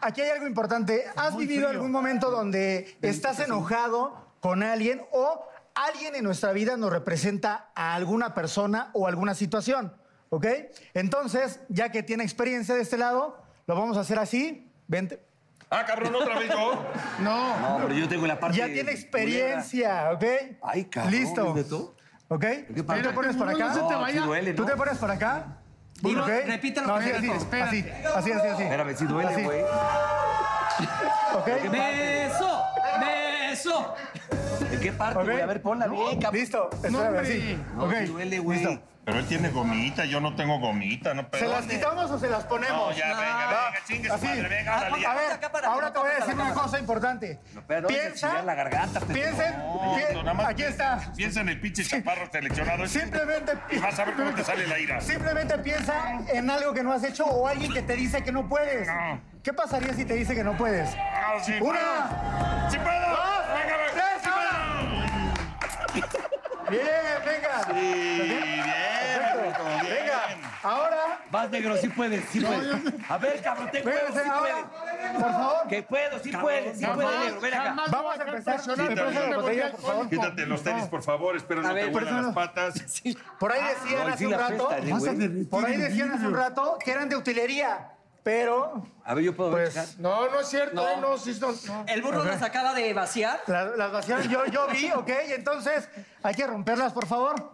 aquí hay algo importante. ¿Has vivido algún momento donde estás enojado con alguien o alguien en nuestra vida nos representa a alguna persona o alguna situación? ¿Ok? Entonces, ya que tiene experiencia de este lado, lo vamos a hacer así. Vente.
(clears throat) Ah, cabrón, otra vez yo.
No.
No, pero yo tengo la parte.
Ya tiene experiencia, ¿ok?
Ay, cabrón,
Listo.
¿De tú?
¿Ok? ¿Tú te pones para
No,
acá?
se te
No, sí
vaya.
duele,
¿Tú
¿no?
te pones para acá?
Dilo,
¿Ok?
repítelo
No, así, así,
completo.
así, así, así, así.
Espérame, sí duele,
Así,
güey.
¿Ok?
Beso. Beso.
¿De qué parte,
Ok.
güey? A ver, ponla bien, cabrón.
Listo,
No,
espérame,
hombre.
así.
No,
ok,
sí duele, güey.
listo.
Pero él tiene gomita, yo no tengo gomita, no
¿Se las
pedo.
quitamos o se las ponemos?
No, ya, venga,
Va,
venga, chingue su
así.
madre, venga,
A-
órale,
A
ya.
ver,
Acá para que
ahora
no
te voy
tapes
a
a
decir
la
una
cámara.
cosa importante.
Pero no,
Piensa,
ya la garganta, pendejo.
piensen, pien-
Nada más
aquí está.
Piensa en el pinche chaparro seleccionado. ese.
Simplemente,
Y vas a ver cómo te sale la ira.
simplemente piensa en algo que no has hecho o alguien que te dice que no puedes.
No.
¿Qué pasaría si te dice que no puedes?
Ah, sí,
Una.
puedo. ¡Sí puedo!
Dos,
¡Venga, venga!
tres,
¡Sí puedo!
Bien, venga.
Sí, bien,
Perfecto.
Rico, bien.
Venga, ahora
Vas, negro, sí puedes, sí
No,
puedes.
yo sé.
A ver, cabrón, te puedo, sí
Espérense ahora.
puedes.
Por favor.
Que puedo, sí
Cabrón,
puedes, sí
jamás,
puedes, negro. Ven acá.
jamás Vamos voy a a empezar.
No, me prestas una botella, por favor.
Quítate los tenis, por favor. Espero no
A
te
ver,
huelan
persona.
las patas.
Por ahí
Ah,
decían
no, y sí
hace un
la
rato,
apestan, ¿eh,
vas a
güey?
derretir por ahí
el
decían hace un
vidrio.
rato que eran de utilería, pero
A ver, yo puedo
pues,
No, no es cierto,
No.
eh, no, sí, no, no.
El burro las acaba de vaciar.
la- las vaciaron, yo, yo vi, ok, entonces hay que romperlas, por favor.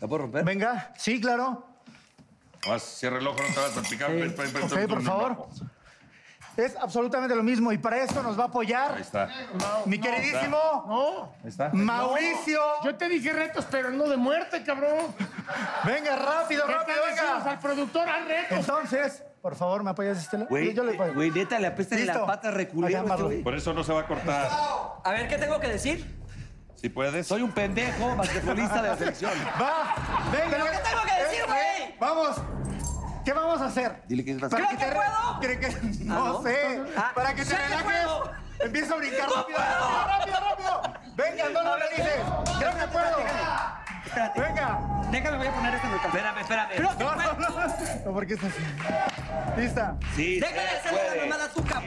¿La puedo romper?
Venga, sí, claro.
Vas, cierra el ojo, no te vas a picar. Ven, ven, ven,
Ok,
ven,
por
ven,
favor. Es absolutamente lo mismo y para esto nos va a apoyar
Ahí está.
mi queridísimo
No.
está.
Mauricio.
Yo te dije retos, pero no de muerte, cabrón.
Venga, rápido,
¿Qué
rápido,
tal
venga.
decimos al productor, al reto.
Entonces, por favor, ¿me apoyas este lado?
Güey,
Yo le apoyo.
güey, neta, le apestan
Listo.
las patas
Acá,
reculero. este
Marlon.
Por eso no se va a cortar.
A ver, ¿qué tengo que decir?
Si puedes.
Soy un pendejo basquetbolista de la selección.
Va, venga.
¿Pero qué tengo que decir,
Eh,
güey?
Vamos. ¿Qué vamos a hacer?
Dile que es
¿Para
¿Creo
basquetbolista.
que
te-
puedo?
¿Cree que- (laughs) No,
¿no?
sé.
Ah,
Para que te
sé que
relajes.
puedo. (laughs)
Empieza a brincar
¡No
rápido,
puedo!
rápido, rápido, rápido. Venga, no lo organices. Creo que puedo.
Espérate.
Venga.
Déjame, voy a poner esto en el café.
Espérame, espérame.
Creo que
No, no,
puedo.
no. No, porque es así. Lista.
Sí,
Deja de
se
hacerle la
puede.
mamada a tu capo.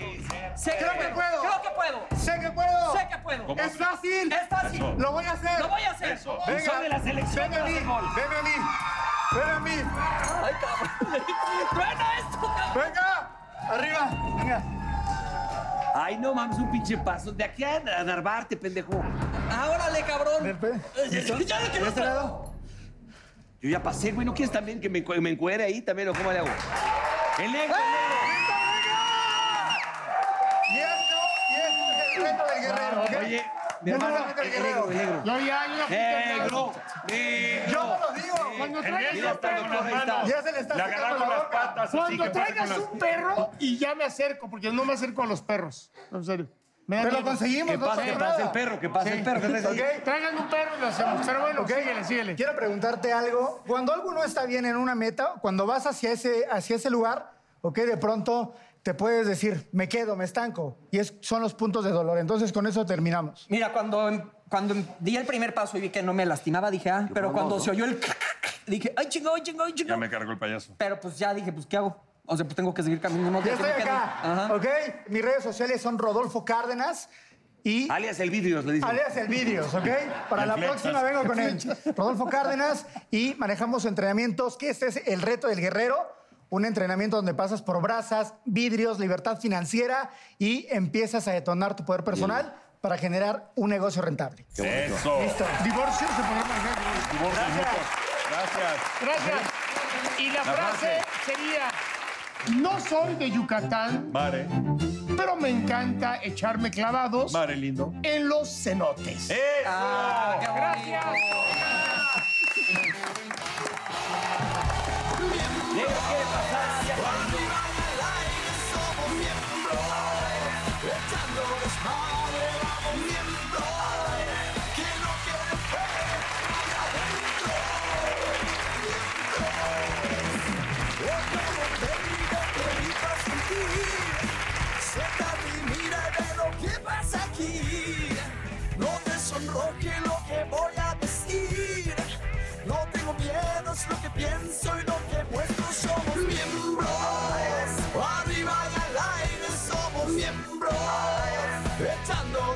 Sé que
Creo que puedo.
Creo que puedo.
Sé que puedo.
Sé que puedo.
¿Cómo?
Es fácil.
Es fácil.
Eso.
Lo voy a hacer.
Lo voy a hacer.
Eso.
Venga.
Soy de la selección,
Ven a mí.
hace gol.
Ven a mí. Ven a mí.
Ay, cabrón. (laughs) Truena esto, cabrón.
Venga. Arriba. Venga.
Ay, no mames, un pinche paso. De aquí a a Narvarte, pendejo. Eh,
Ah, órale, cabrón.
Ven,
Yo no
¿De
quiero
este lado?
Yo ya pasé, güey. ¿No quieres también que me, encue- me encuere ahí también o cómo le hago? ¡El negro!
¡Eh! Y este esto, y esto es el reto del guerrero, ¿ok?
Oye, mi
No,
hermano,
no, no,
el
no,
negro, el negro.
Yo ya, yo ya fui
¡Negro!
campeón.
¡Negro!
Yo te lo digo.
Cuando
El
traigas
negro
un
está con
perro,
las manos.
Ya se le está
Le
secando
agarra con
la
las
boca.
patas. así
cuando
que pare con
traigas
las-
un perro y ya me acerco, porque no me acerco a los perros. En serio. Me da
Pero lo
miedo.
conseguimos,
Que
no
pase,
pasa
que pase el
nada.
perro, que pase el perro. que traes ahí.
¿Ok?
Traigan un perro y lo hacemos. Pero bueno,
Ok.
síguele, síguele.
Quiero preguntarte algo. Cuando algo no está bien en una meta, cuando vas hacia ese, hacia ese lugar, ¿ok? De pronto te puedes decir, me quedo, me estanco. Y es, son los puntos de dolor. Entonces con eso terminamos.
Mira, cuando, cuando di el primer paso y vi que no me lastimaba, dije, ah, pero cuando se oyó el... (laughs) crac, crac, Dije, ay, chingado, ay, chingado, ay,
Ya
chingado.
me cargó el payaso.
Pero pues ya dije, pues, ¿qué hago? O sea, pues tengo que seguir caminando. no
Ya
tengo
estoy
que-
acá,
Ajá.
¿ok? Mis redes sociales son Rodolfo Cárdenas y
Alias el vidrio, le dicen.
Alias el Vídeos, ¿ok? Para la
Flechas.
próxima vengo
(laughs)
con él. Rodolfo Cárdenas y manejamos entrenamientos, que este es el reto del guerrero. Un entrenamiento donde pasas por brasas, vidrios, libertad financiera y empiezas a detonar tu poder personal para generar un negocio rentable.
Eso.
Listo.
Divorcio se podrá manejar.
Divorcios mutuos. Gracias.
Gracias. Y la frase sería: No soy de Yucatán,
Mare.
pero me encanta echarme clavados
Mare lindo.
en los cenotes.
Eso.
Ah, qué
Gracias.
Siéntate y mira y ve lo que pasa aquí. No te sonroje lo que voy a decir. No tengo miedo, es lo que pienso y lo que muestro. Somos miembros. Arriba y al aire somos miembros. Echando